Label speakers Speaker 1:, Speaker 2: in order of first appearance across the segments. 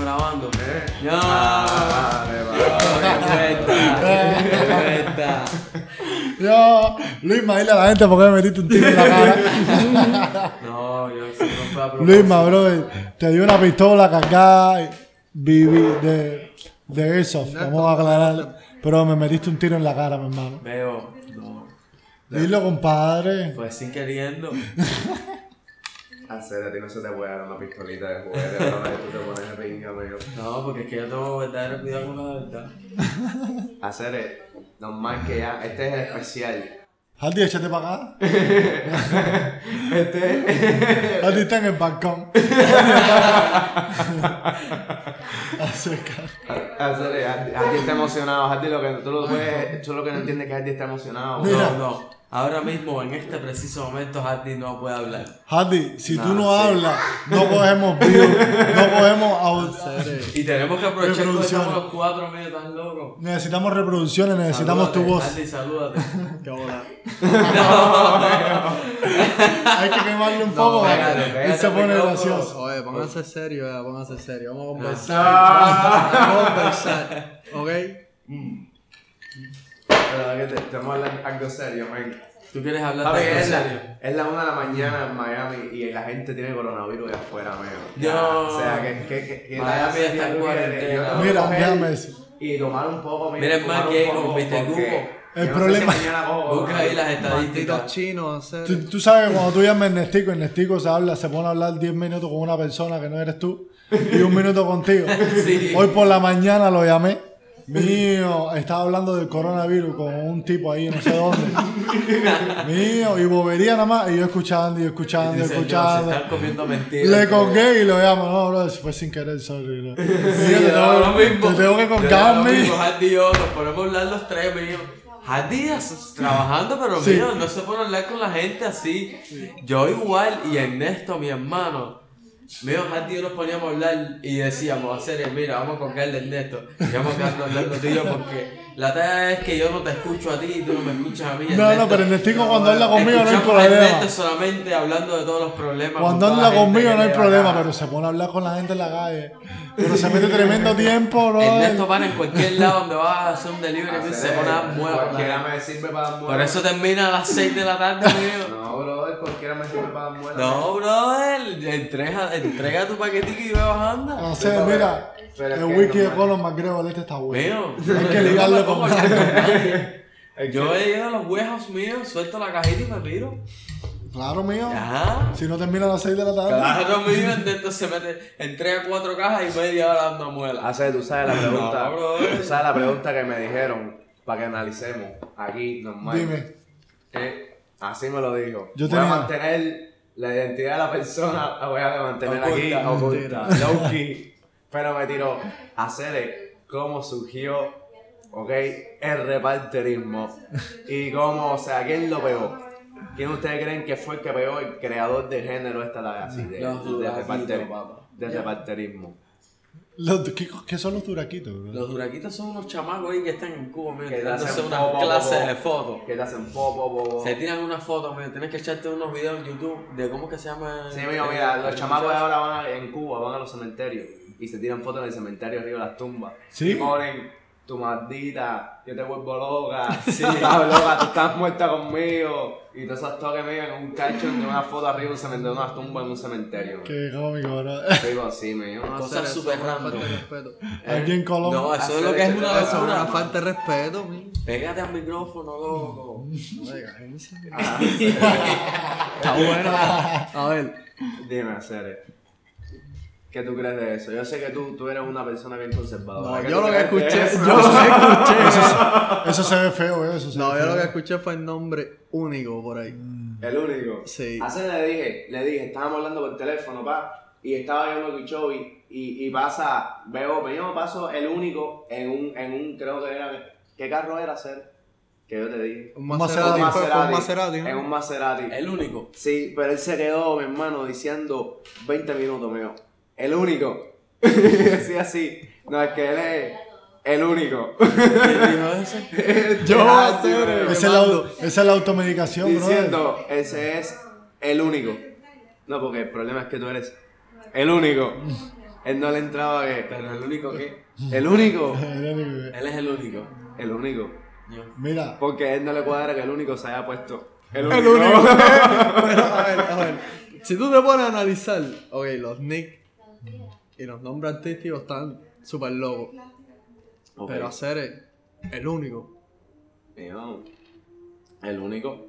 Speaker 1: grabando. Ah,
Speaker 2: ¿Eh?
Speaker 1: No.
Speaker 2: Vale, vale.
Speaker 1: Vuelta, vuelta.
Speaker 3: Yo, Luisma, dile a la gente por qué me metiste un tiro en la cara.
Speaker 1: No, yo eso no fue a propósito.
Speaker 3: Luisma, brother, te dio una pistola cargada BB de, de Airsoft, vamos a aclarar. Pero me metiste un tiro en la cara, mi hermano.
Speaker 1: Veo, no.
Speaker 3: Dilo, compadre.
Speaker 1: Pues sin queriendo.
Speaker 2: Hacer a ti no se te puede dar una pistolita de juguete, ahora que tú te pones de pinga, amigo.
Speaker 1: No, porque es que yo tengo verdadero cuidado con la verdad.
Speaker 2: Hacer es normal que ya, este es el especial.
Speaker 3: Hardy, échate para acá.
Speaker 2: Este es.
Speaker 3: Hardy está en el balcón. Acerca.
Speaker 2: Hacer es, Hardy está emocionado, Hardy lo que tú lo puedes, tú lo que no entiendes es que Hardy está emocionado.
Speaker 3: Mira.
Speaker 1: No, no. Ahora mismo, en este preciso momento, Hardy no puede hablar.
Speaker 3: Hardy, si tú
Speaker 2: Nah,
Speaker 3: no
Speaker 2: sí.
Speaker 3: hablas, no cogemos views, no cogemos audio.
Speaker 1: Y tenemos que aprovechar que
Speaker 3: Reproducciones.
Speaker 1: estamos los cuatro medio tan locos.
Speaker 3: Necesitamos
Speaker 1: Ah,
Speaker 3: reproducciones, necesitamos tu
Speaker 1: Salúdate,
Speaker 3: voz.
Speaker 1: Hardy, salúdate.
Speaker 4: ¿Qué hola?
Speaker 3: Hay que quemarle un poco.
Speaker 2: No,
Speaker 3: ¿eh?
Speaker 2: pégate,
Speaker 3: Él
Speaker 1: pégate,
Speaker 3: se pone
Speaker 1: pégate,
Speaker 3: gracioso.
Speaker 4: Oye, pónganse serio, ya, pónganse serio.
Speaker 1: Ah.
Speaker 4: Vamos a conversar.
Speaker 2: No.
Speaker 4: Vamos a conversar. ¿Ok?
Speaker 2: Pero que te, estamos hablando algo serio, man.
Speaker 1: ¿Tú quieres hablar
Speaker 2: Papi,
Speaker 1: de algo
Speaker 2: es
Speaker 1: serio?
Speaker 2: la, es la una de la mañana en Miami y la gente tiene coronavirus allá afuera, amigo.
Speaker 1: No.
Speaker 2: O sea, que, que, que, que
Speaker 1: Miami
Speaker 2: gracia
Speaker 1: está en
Speaker 2: tú
Speaker 1: cuarentena.
Speaker 2: quieres. Yo tengo que
Speaker 3: Mira,
Speaker 2: coger
Speaker 3: déjame decir.
Speaker 2: Y tomar un poco, amigo,
Speaker 1: Mira, es
Speaker 2: tomar
Speaker 1: más
Speaker 2: un
Speaker 1: que
Speaker 2: poco,
Speaker 1: con Mr.
Speaker 2: porque
Speaker 1: Cubo.
Speaker 3: El
Speaker 2: yo no sé
Speaker 3: problema-
Speaker 2: si mañana cojo
Speaker 1: Busca ahí
Speaker 2: coronavirus.
Speaker 1: las
Speaker 4: Malditos
Speaker 1: estadíticas.
Speaker 4: chinos, hacer.
Speaker 3: Tú, tú sabes que cuando tú llamas a Ernestico, Ernestico se habla, se pone a hablar 10 minutos con una persona que no eres tú y un minuto contigo.
Speaker 1: Sí.
Speaker 3: Hoy por la mañana lo llamé. Mío, estaba hablando del coronavirus con un tipo ahí, no sé dónde. Mío, y bobería nada más. Y yo escuchando, y escuchando, y
Speaker 1: Dice, "Yo,
Speaker 3: escuchando.
Speaker 1: Se están comiendo mentiras.
Speaker 3: Le colgué y lo llamo. No, bro, si fue sin querer, sorry. bro. Mío,
Speaker 1: Sí,
Speaker 3: te,
Speaker 1: yo
Speaker 3: tengo,
Speaker 1: hago lo mismo.
Speaker 3: te tengo que
Speaker 1: Yo hago
Speaker 3: colgar,
Speaker 1: lo
Speaker 3: mío.
Speaker 1: mismo, Hardy y yo nos ponemos a hablar los tres, mío. Hardy as- trabajando, pero
Speaker 3: Sí.
Speaker 1: mío, no se pone a hablar con la gente así. Yo igual y Ernesto, mi hermano. Mío, Hardy y yo nos poníamos a hablar y decíamos, hacer, mira, vamos a colgarle a Ernesto. Y vamos a quedarnos hablando tú y yo porque la tarea es que yo no te escucho a ti y tú no me escuchas a mí.
Speaker 3: No, no, pero Ernestico cuando habla conmigo no hay
Speaker 1: Escuchamos a
Speaker 3: problema.
Speaker 1: Ernesto solamente hablando de todos los problemas.
Speaker 3: Cuando
Speaker 1: con toda la
Speaker 3: anda
Speaker 1: gente
Speaker 3: conmigo
Speaker 1: que
Speaker 3: no hay
Speaker 1: le va
Speaker 3: problema,
Speaker 1: acá.
Speaker 3: pero se pone a hablar con la gente en la calle. Pero se mete tremendo tiempo, bro.
Speaker 1: Ernesto van en cualquier lado donde vas a hacer un delivery
Speaker 2: Hacer
Speaker 1: y se pone a dar
Speaker 2: es,
Speaker 1: muela con la
Speaker 2: Cualquiera
Speaker 1: gente.
Speaker 2: me sirve para dar
Speaker 1: Por
Speaker 2: muela.
Speaker 1: eso termina a las 6 de la tarde, amigo.
Speaker 2: No, brother, cualquiera me sirve para dar muela.
Speaker 1: No, brother, entrega, entrega tu paquetico y ve bajando.
Speaker 3: O sea, mira,
Speaker 2: Pero es
Speaker 3: el
Speaker 2: que
Speaker 3: wiki
Speaker 2: no
Speaker 3: de
Speaker 2: me-
Speaker 3: Colon McGregor este está bueno.
Speaker 1: Mío,
Speaker 3: Hay que ligarlo con
Speaker 1: Yo he ido a los warehouse míos, suelto la cajita y me miro.
Speaker 3: Claro, mío.
Speaker 1: Ajá.
Speaker 3: Si no termina a las 6 de la tarde.
Speaker 1: Claro, mío, entonces se mete, entrega cuatro cajas y media hora dando muela.
Speaker 2: Hacer, tú sabes la pregunta.
Speaker 1: No, brother.
Speaker 2: tú sabes la pregunta que me dijeron para que analicemos aquí normal.
Speaker 3: Dime.
Speaker 2: Eh, así me lo dijo.
Speaker 3: Yo
Speaker 2: voy a
Speaker 3: tenía-
Speaker 2: mantener la identidad de la persona, la voy a mantener
Speaker 1: Oculta,
Speaker 2: aquí, oculta, low key. Pero me tiró, hacer cómo surgió, ok, el reparterismo y cómo, o sea, quién lo pegó. ¿Quién ustedes creen que fue el que pegó el creador de género esta la así de,
Speaker 1: Los
Speaker 2: de
Speaker 1: duracitos,
Speaker 2: reparter-
Speaker 1: papá.
Speaker 2: de reparterismo?
Speaker 3: Los- ¿qué, qué son los duraquitos, bro?
Speaker 1: Los duraquitos son unos chamacos ahí que están en Cuba, mío,
Speaker 2: Que te
Speaker 1: tirándose
Speaker 2: hacen
Speaker 1: unas
Speaker 2: popo,
Speaker 1: clases
Speaker 2: popo.
Speaker 1: de fotos.
Speaker 2: Que te hacen popo, popo.
Speaker 1: Se tiran unas fotos, me tienes que echarte unos videos en YouTube de cómo es que se llama.
Speaker 2: Sí, mira,
Speaker 1: Eh,
Speaker 2: mira, los chamacos ahora van a- en Cuba, van a los cementerios y se tiran fotos en el cementerio arriba de las tumbas.
Speaker 3: Sí.
Speaker 2: Y ponen, tu maldita, yo te vuelvo loca, sí. estás loca, tú estás muerta conmigo. Y todos esos toques míos en un cacho de una foto arriba de un cementerio, de una tumba en un cementerio.
Speaker 3: Qué cómico, bro.
Speaker 1: Eh,
Speaker 2: Digo así, mío.
Speaker 1: Cosas
Speaker 4: Hacer eso,
Speaker 1: súper
Speaker 4: una falta
Speaker 1: random.
Speaker 4: de respeto.
Speaker 3: Aquí en Colón.
Speaker 1: No, eso es lo que
Speaker 2: este
Speaker 1: es una
Speaker 4: Eso es una
Speaker 1: basura.
Speaker 4: falta de respeto, mi.
Speaker 1: Pégate al micrófono, loco.
Speaker 4: Oiga, cálmense.
Speaker 2: Ah,
Speaker 4: Está bueno. Ah, A ver,
Speaker 2: Dime, Cere. ¿Qué tú crees de eso? Yo sé que tú, tú eres una persona bien conservadora.
Speaker 4: no,
Speaker 2: ¿Qué
Speaker 4: yo
Speaker 2: tú
Speaker 4: lo que
Speaker 2: crees de
Speaker 4: escuché,
Speaker 2: eso?
Speaker 4: yo lo que escuché.
Speaker 3: Eso se ve feo, eh, Eso se
Speaker 4: No,
Speaker 3: ve
Speaker 4: yo lo
Speaker 3: feo.
Speaker 4: que escuché fue el nombre único por ahí.
Speaker 2: El único.
Speaker 4: Sí.
Speaker 2: Hace le dije, le dije, estábamos hablando por teléfono, pa, y estaba yo en el show y, y, y pasa, veo, pero yo me paso el único en un, en un, creo que era, ¿qué carro era hacer? Que yo te dije.
Speaker 4: Un Maserati,
Speaker 2: Un
Speaker 4: fue, fue un Maserati,
Speaker 2: En un
Speaker 4: ¿no?
Speaker 2: Maserati.
Speaker 1: El único.
Speaker 2: Sí, pero él se quedó, mi hermano, diciendo 20 minutos, mío. El único. sí, así. No, es que él es el único. Ah,
Speaker 1: ¿Quién dijo eso?
Speaker 4: Yo voy a hacer-
Speaker 2: bro.
Speaker 3: Esa es la, au- esa es la automedicación, bro.
Speaker 2: diciendo ese es el único. No, porque el problema es que tú eres el único. Él no le entraba que.
Speaker 1: Pero el único que.
Speaker 2: El único.
Speaker 1: Él es el único.
Speaker 2: El único.
Speaker 1: Yo.
Speaker 3: Mira,
Speaker 2: Porque él no le cuadra que el único se haya puesto. El
Speaker 4: El único. Pero, a ver, a ver. Si tú te pones a analizar, ok, los nick y los nombres artísticos están súper locos.
Speaker 2: Ok.
Speaker 4: Pero hacer es el único.
Speaker 2: Mío. El único.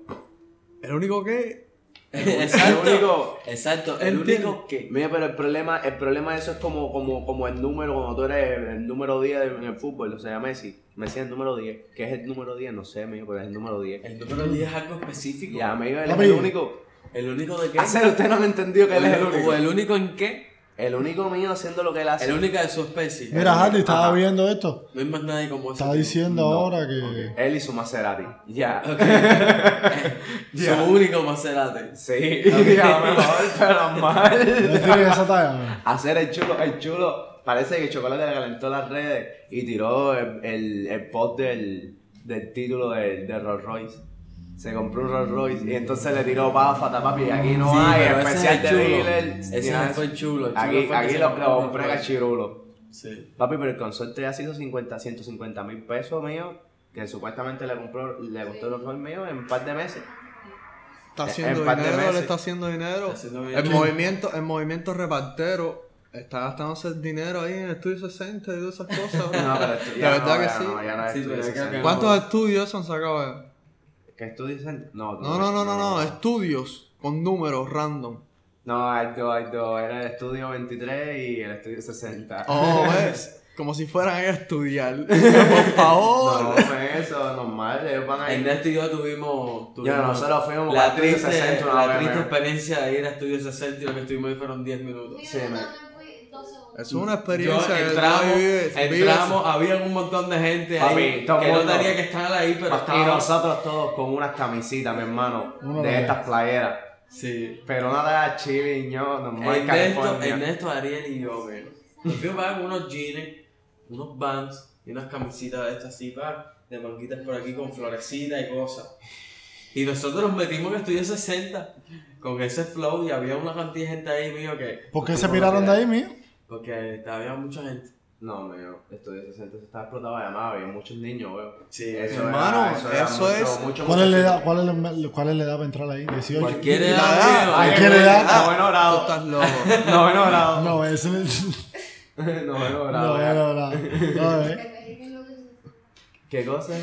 Speaker 4: El único que.
Speaker 1: Exacto.
Speaker 2: El único-
Speaker 1: Exacto. El
Speaker 4: Entiendo.
Speaker 1: único que.
Speaker 2: Mira, pero el problema, el problema de eso es como, como, como el número, cuando tú eres el, el número 10 en el fútbol, o sea, Messi. Messi es el número 10. ¿Qué es el número 10? No sé, mío, pero es el número 10.
Speaker 1: El número 10 es algo específico.
Speaker 2: Ya, amigo, él es
Speaker 3: Papi.
Speaker 2: el único.
Speaker 1: El único de qué.
Speaker 2: Hacer, usted no han entendido que él es el único.
Speaker 1: ¿O el único en qué?
Speaker 2: El único mío haciendo lo que él hace.
Speaker 1: El único de su especie.
Speaker 3: mira, Hardy, estaba
Speaker 2: Ajá.
Speaker 3: viendo esto.
Speaker 1: No hay más nadie como ese.
Speaker 3: Estaba
Speaker 1: tipo.
Speaker 3: diciendo ahora que.
Speaker 2: Él y su Maserati. Ya.
Speaker 1: Ok. Eh,
Speaker 2: Ya.
Speaker 1: Su único Maserati.
Speaker 2: Sí. Ya, mejor, pero
Speaker 3: No
Speaker 2: mal.
Speaker 3: tienes esa talla, man.
Speaker 2: Hacer el chulo, el chulo. Parece que Chocolate le calentó las redes y tiró el, el, el post del, del título del, de Rolls Royce. Se compró un Rolls Royce y entonces le tiró fata papi. Aquí no
Speaker 1: Sí,
Speaker 2: hay
Speaker 1: pero ese
Speaker 2: especial
Speaker 1: es
Speaker 2: de
Speaker 1: el chulo.
Speaker 2: dealer.
Speaker 1: Ese
Speaker 2: ni nada.
Speaker 1: fue el chulo, el chulo
Speaker 2: Aquí,
Speaker 1: fue el que
Speaker 2: aquí
Speaker 1: se
Speaker 2: lo,
Speaker 1: compró
Speaker 2: lo
Speaker 1: un
Speaker 2: compré
Speaker 1: Rolls Royce.
Speaker 2: cachirulo.
Speaker 1: Sí.
Speaker 2: Papi, pero el consorte ha sido 50, 150 mil pesos mío, que supuestamente le compró, le costó los dos míos en un par de meses.
Speaker 4: Está
Speaker 2: En-
Speaker 4: haciendo
Speaker 2: Eh, en par de
Speaker 4: dinero, le
Speaker 2: meses.
Speaker 4: está haciendo dinero.
Speaker 1: Está haciendo dinero.
Speaker 4: El movimiento, el movimiento repartero está gastándose el dinero ahí en el estudio 60 y todas esas cosas. bro.
Speaker 2: No, pero esto-
Speaker 4: de
Speaker 2: ya
Speaker 4: verdad
Speaker 2: no,
Speaker 4: que
Speaker 2: ya
Speaker 4: sí.
Speaker 2: no, ya no es
Speaker 1: Sí, pero
Speaker 2: estudio
Speaker 1: creo que
Speaker 2: centro.
Speaker 4: ¿Cuántos estudios se han sacado? eh?
Speaker 2: ¿Qué estudio centro? No,
Speaker 4: No, no, no, no, no, estudios con números random.
Speaker 2: No, hay dos, hay dos. Era el estudio 23 y el estudio 60.
Speaker 4: Oh, ves, como si fueran a ir a estudiar. Por favor.
Speaker 2: No, pues eso, normal, ellos van a ir.
Speaker 1: Ernesto y yo tuvimos. tuvimos
Speaker 2: Ya, nosotros fuimos
Speaker 1: la
Speaker 2: para Estudio
Speaker 1: triste,
Speaker 2: 60 una
Speaker 1: la
Speaker 2: vez,
Speaker 1: triste
Speaker 2: man.
Speaker 1: experiencia de ir a Estudio 60 y lo que estuvimos ahí fueron 10 minutos.
Speaker 2: Sí, me-
Speaker 4: Es una
Speaker 1: Yo,
Speaker 4: experiencia que
Speaker 1: entramos,
Speaker 4: tú vives,
Speaker 1: entramos, había un montón de gente ahí
Speaker 2: Papi, todo
Speaker 1: que no
Speaker 2: mundo.
Speaker 1: tenía que estar ahí, pero
Speaker 2: Y
Speaker 1: estábamos.
Speaker 2: nosotros todos con unas camisitas, mi hermano,
Speaker 3: Uno
Speaker 2: de
Speaker 3: lo
Speaker 2: estas playeras.
Speaker 1: Sí.
Speaker 2: Pero nada, chiliño, normal,
Speaker 1: Ernesto,
Speaker 2: California.
Speaker 1: Ernesto, Ariel y yo, man. Nos fuimos para con unos jeans, unos bands y unas camisitas de estas así, pa, de manguitas por aquí con florecitas y cosas. Y nosotros nos metimos en Estudio 60 con ese flow y había una cantidad de gente ahí mío que.
Speaker 3: ¿Por qué se piraron de ahí, mío?
Speaker 1: Porque había mucha gente.
Speaker 2: No, mío, estudio 60 se estaba explotado de llamada, había muchos niños, weón.
Speaker 1: Sí,
Speaker 4: Hermano,
Speaker 2: era- era
Speaker 4: eso
Speaker 2: mucho-
Speaker 4: es-
Speaker 2: mucho,
Speaker 3: ¿Cuál
Speaker 2: mucho
Speaker 3: es la
Speaker 2: tiempo.
Speaker 3: edad, cuál es la, cuál es la edad para entrar ahí? 18.
Speaker 1: Cualquier
Speaker 4: Y la
Speaker 1: edad,
Speaker 4: edad,
Speaker 1: mío.
Speaker 2: Ay,
Speaker 3: ¿A qué le da?
Speaker 2: Noveno
Speaker 4: Tú
Speaker 2: Ah, grado.
Speaker 4: estás loco.
Speaker 2: Noveno grado.
Speaker 3: No, ese es
Speaker 2: Noveno grado.
Speaker 3: No,
Speaker 2: ya.
Speaker 3: no, no. no eh.
Speaker 2: ¿Qué cosa?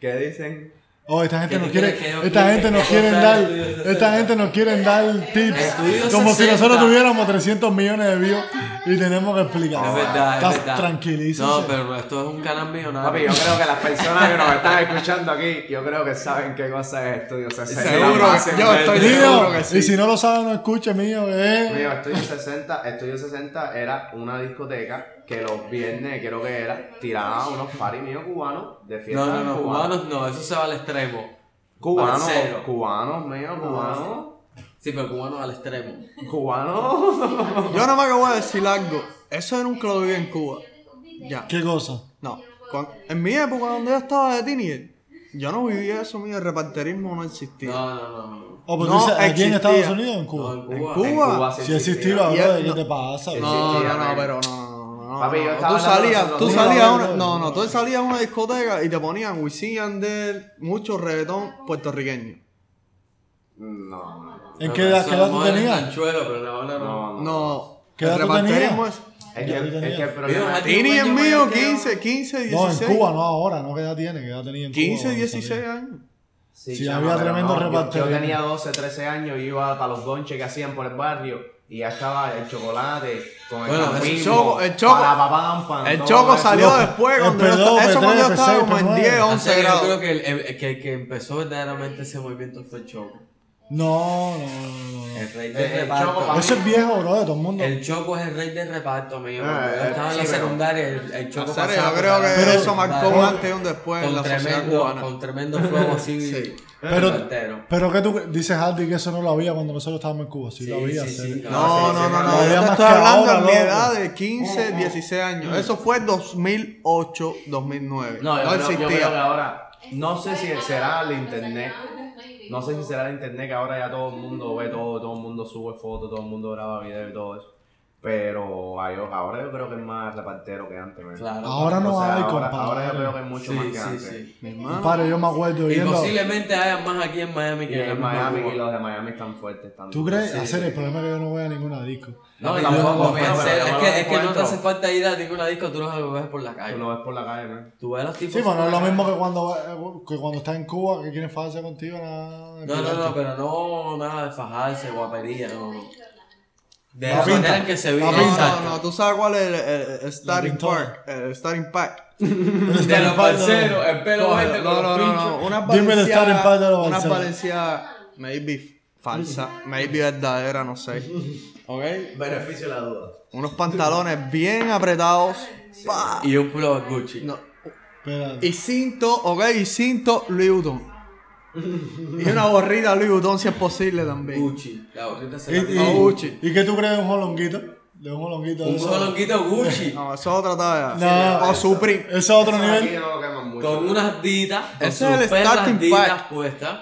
Speaker 2: ¿Qué dicen?
Speaker 3: Oh, esta gente
Speaker 1: Que
Speaker 3: nos
Speaker 1: te
Speaker 3: quiere,
Speaker 1: quiere- que no
Speaker 3: esta
Speaker 1: quiere
Speaker 3: gente nos
Speaker 1: que
Speaker 3: quieren
Speaker 1: cortar
Speaker 3: dar,
Speaker 1: el estudio
Speaker 3: esta
Speaker 1: 60.
Speaker 3: gente nos quieren dar
Speaker 1: Estudio
Speaker 3: tips, como si
Speaker 1: 60.
Speaker 3: nosotros tuviéramos 300 millones de views y tenemos que explicar.
Speaker 1: Es verdad, es
Speaker 3: Estás
Speaker 1: verdad.
Speaker 3: tranquilísimo.
Speaker 1: No, pero esto es un canal millonario.
Speaker 2: Papi, yo creo que las personas que nos están escuchando aquí, yo creo que saben qué cosa es Estudio 60.
Speaker 4: Seguro,
Speaker 2: Pasen
Speaker 4: yo
Speaker 2: de-
Speaker 4: estoy
Speaker 3: Mío,
Speaker 4: seguro que sí.
Speaker 3: y si no lo saben, no escuche, mío, eh.
Speaker 2: Mío, Estudio 60, Estudio 60 era una discoteca que los viernes, creo que era, tiraba unos paris míos cubanos de
Speaker 1: No,
Speaker 2: fiesta
Speaker 1: no, no,
Speaker 2: cubana.
Speaker 1: cubanos no, eso se va al extremo.
Speaker 2: Cubanos,
Speaker 1: Marcelo.
Speaker 2: cubanos, mío, cubanos.
Speaker 1: Sí, pero cubanos al extremo.
Speaker 2: Cubanos.
Speaker 4: Yo nomás que voy a decir algo. Eso yo nunca lo viví en Cuba. Ya.
Speaker 3: ¿Qué cosa? Oh,
Speaker 4: No. Cuan- en mi época, cuando yo estaba de teenager, yo no vivía eso mío. El reparterismo no existía.
Speaker 1: No, no, no, no.
Speaker 3: ¿O pues
Speaker 4: No
Speaker 3: dices, aquí en
Speaker 4: existía.
Speaker 3: Estados Unidos o en
Speaker 1: No,
Speaker 3: Cuba?
Speaker 1: en Cuba.
Speaker 4: Cuba.
Speaker 1: Ah,
Speaker 3: Si
Speaker 2: sí
Speaker 3: existía,
Speaker 4: existía.
Speaker 3: bro,
Speaker 4: Y-
Speaker 3: ¿qué
Speaker 4: no.
Speaker 3: te pasa? bro?
Speaker 4: No, no,
Speaker 2: existía,
Speaker 4: no,
Speaker 2: man.
Speaker 4: pero no, no, no.
Speaker 2: Papi, yo
Speaker 4: no.
Speaker 2: estaba
Speaker 4: tú
Speaker 2: hablando de
Speaker 4: salías,
Speaker 2: nosotros
Speaker 4: tú
Speaker 2: mismos.
Speaker 4: salías a
Speaker 3: No,
Speaker 4: una,
Speaker 3: no,
Speaker 4: no, no,
Speaker 3: no.
Speaker 4: tú salías a una discoteca y te ponían Wisin y Yandel, mucho reggaetón puertorriqueño.
Speaker 2: No, no,
Speaker 3: ¿En qué edad,
Speaker 1: Eso
Speaker 3: qué edad
Speaker 1: lo
Speaker 3: tú
Speaker 1: mueven en
Speaker 3: tenías?
Speaker 1: Ganchuelo, pero la bala no.
Speaker 2: no. no.
Speaker 4: No,
Speaker 3: ¿Qué
Speaker 4: el
Speaker 3: edad tú
Speaker 4: reparterismo
Speaker 3: tenías?
Speaker 4: es
Speaker 2: Es, que,
Speaker 3: Yo tenía.
Speaker 2: es que el problema
Speaker 1: Mira,
Speaker 2: es que
Speaker 4: Tini es
Speaker 1: Yo me
Speaker 4: mío,
Speaker 1: quedo-
Speaker 4: 15, 15, 16.
Speaker 3: No, en Cuba, no ahora, no, ¿qué edad tiene? ¿Qué edad tenía en
Speaker 4: 15,
Speaker 3: Cuba?
Speaker 4: 16 años.
Speaker 3: Sí,
Speaker 2: chama,
Speaker 3: había
Speaker 2: pero
Speaker 3: tremendo
Speaker 2: yo-
Speaker 3: repartidor.
Speaker 2: Yo, tenía 12, 13 años y iba para los donches que hacían por el barrio y ya estaba el chocolate con el
Speaker 1: Bueno, el
Speaker 2: campismo,
Speaker 4: choco- el choco-
Speaker 2: para papá, pan,
Speaker 4: El
Speaker 2: todo
Speaker 4: Choco
Speaker 2: eso.
Speaker 4: salió
Speaker 3: Loco,
Speaker 4: después, cuando
Speaker 3: el
Speaker 4: yo estaba-
Speaker 3: P2,
Speaker 4: eso
Speaker 3: P3,
Speaker 4: cuando yo estaba
Speaker 3: P6,
Speaker 4: como en
Speaker 3: P9.
Speaker 4: 10,
Speaker 1: O
Speaker 4: 11
Speaker 1: sea, yo creo
Speaker 4: grados.
Speaker 1: que el, el- que, que empezó verdaderamente ese movimiento fue el Choco.
Speaker 3: No, no, no, no,
Speaker 1: El rey
Speaker 2: Eh,
Speaker 1: del
Speaker 2: el Choco,
Speaker 1: reparto.
Speaker 3: no. Eso es viejo, bro, de todo el mundo.
Speaker 1: El Choco es el rey del reparto, amigo.
Speaker 2: Eh,
Speaker 1: Cuando yo
Speaker 2: eh,
Speaker 1: estaba en la
Speaker 2: sí, pero-
Speaker 1: secundaria, el, el Choco
Speaker 4: Hacer,
Speaker 1: pasaba
Speaker 4: yo
Speaker 1: por
Speaker 4: creo
Speaker 1: la-
Speaker 4: que eso marcó un
Speaker 1: Con
Speaker 4: antes y un después en la sociedad
Speaker 1: tremendo,
Speaker 4: cubana.
Speaker 1: con tremendo flow así.
Speaker 4: Sí.
Speaker 3: Pero,
Speaker 1: repartero.
Speaker 3: pero que tú dices, Hardy, que eso no lo había cuando nosotros estábamos en Cuba. Sí, lo había.
Speaker 1: sí,
Speaker 3: sí.
Speaker 1: sí, claro.
Speaker 4: No, no, no, Oh. no,
Speaker 3: Había
Speaker 4: yo te
Speaker 3: más
Speaker 4: estoy
Speaker 3: que
Speaker 4: hablando
Speaker 3: ahora,
Speaker 4: a mi
Speaker 3: loco.
Speaker 4: edad de 15, 16 años. Eso fue 2008, 2009.
Speaker 2: No, yo,
Speaker 4: No
Speaker 2: creo, yo creo que
Speaker 4: existía.
Speaker 2: ahora, no sé si será el internet, no sé si será el internet que ahora ya todo el mundo ve todo, todo el mundo sube fotos, todo el mundo graba video y todo eso. Pero hay- ahora yo creo que es más repartero que antes, ¿verdad?
Speaker 1: Claro.
Speaker 3: Ahora no
Speaker 2: O sea,
Speaker 3: hay,
Speaker 2: ahora,
Speaker 3: compadre.
Speaker 2: ahora yo creo que es mucho
Speaker 1: sí,
Speaker 2: más que
Speaker 1: sí,
Speaker 2: antes.
Speaker 1: sí.
Speaker 4: Mi hermano.
Speaker 3: Compadre, yo me acuerdo
Speaker 1: Y
Speaker 3: yendo.
Speaker 1: posiblemente haya más aquí en Miami
Speaker 2: Y
Speaker 1: que
Speaker 2: en
Speaker 1: misma
Speaker 2: Miami,
Speaker 1: Cuba.
Speaker 2: y los de Miami están fuertes también.
Speaker 3: ¿Tú crees?
Speaker 1: Sí.
Speaker 3: Hacer el problema es que yo no voy a ninguna disco.
Speaker 1: No,
Speaker 2: No,
Speaker 1: y
Speaker 2: tampoco,
Speaker 1: yo no
Speaker 2: pero-
Speaker 1: puedo
Speaker 2: pero
Speaker 1: pensar,
Speaker 2: no
Speaker 1: es
Speaker 2: lo
Speaker 1: que, es que no te
Speaker 2: encuentro.
Speaker 1: hace falta ir a ninguna disco, tú los ves por la
Speaker 2: Tú
Speaker 1: calle.
Speaker 2: lo ves por la calle, ¿no?
Speaker 1: Tú ves a los tipos.
Speaker 3: Sí, bueno,
Speaker 1: por
Speaker 3: es
Speaker 1: la
Speaker 3: lo
Speaker 1: calle.
Speaker 3: mismo que cuando, que cuando estás en Cuba, que quieren fajarse contigo, nada.
Speaker 1: No, no, no, pero no nada de fajarse, guapería, no, no. De
Speaker 3: La
Speaker 1: la
Speaker 3: pinta,
Speaker 1: manera en que se vive,
Speaker 3: la
Speaker 4: No, no,
Speaker 1: exacto.
Speaker 4: no, tú sabes cuál es el, el- el starting
Speaker 3: pintora.
Speaker 4: pack. El starting pack.
Speaker 1: De los parceros, el pelo
Speaker 4: Coge-
Speaker 1: verde con
Speaker 4: no, no,
Speaker 1: los
Speaker 4: no,
Speaker 1: pinchos.
Speaker 4: no. Una
Speaker 3: Dime el starting pack de los
Speaker 4: Una
Speaker 3: Barcelona.
Speaker 4: parecida, maybe falsa, maybe verdadera, no sé. ¿Ok?
Speaker 2: Beneficio de la duda.
Speaker 4: Unos pantalones bien apretados. pa,
Speaker 1: Y un pullover Gucci.
Speaker 4: no,
Speaker 3: Espérate.
Speaker 4: Y cinto, ok, y cinto Louis Vuitton. Y una gorrita Louis Vuitton si es posible también.
Speaker 1: Gucci. La gorrita se
Speaker 3: ¿Y,
Speaker 1: la
Speaker 3: y,
Speaker 1: tira.
Speaker 4: Ah, Gucci.
Speaker 3: ¿Y qué tú crees de un jolonguito? De un jolonguito. de
Speaker 1: Un
Speaker 3: esos?
Speaker 1: solonguito Gucci.
Speaker 4: No, eso es otra talla.
Speaker 3: No.
Speaker 4: o Supreme.
Speaker 3: Ese es otro
Speaker 2: Aquí
Speaker 3: nivel.
Speaker 2: no lo queman mucho.
Speaker 1: Con unas ditas, con
Speaker 4: Ese
Speaker 1: sus
Speaker 4: es el
Speaker 1: perras
Speaker 4: starting
Speaker 1: ditas
Speaker 4: pack.
Speaker 1: puestas.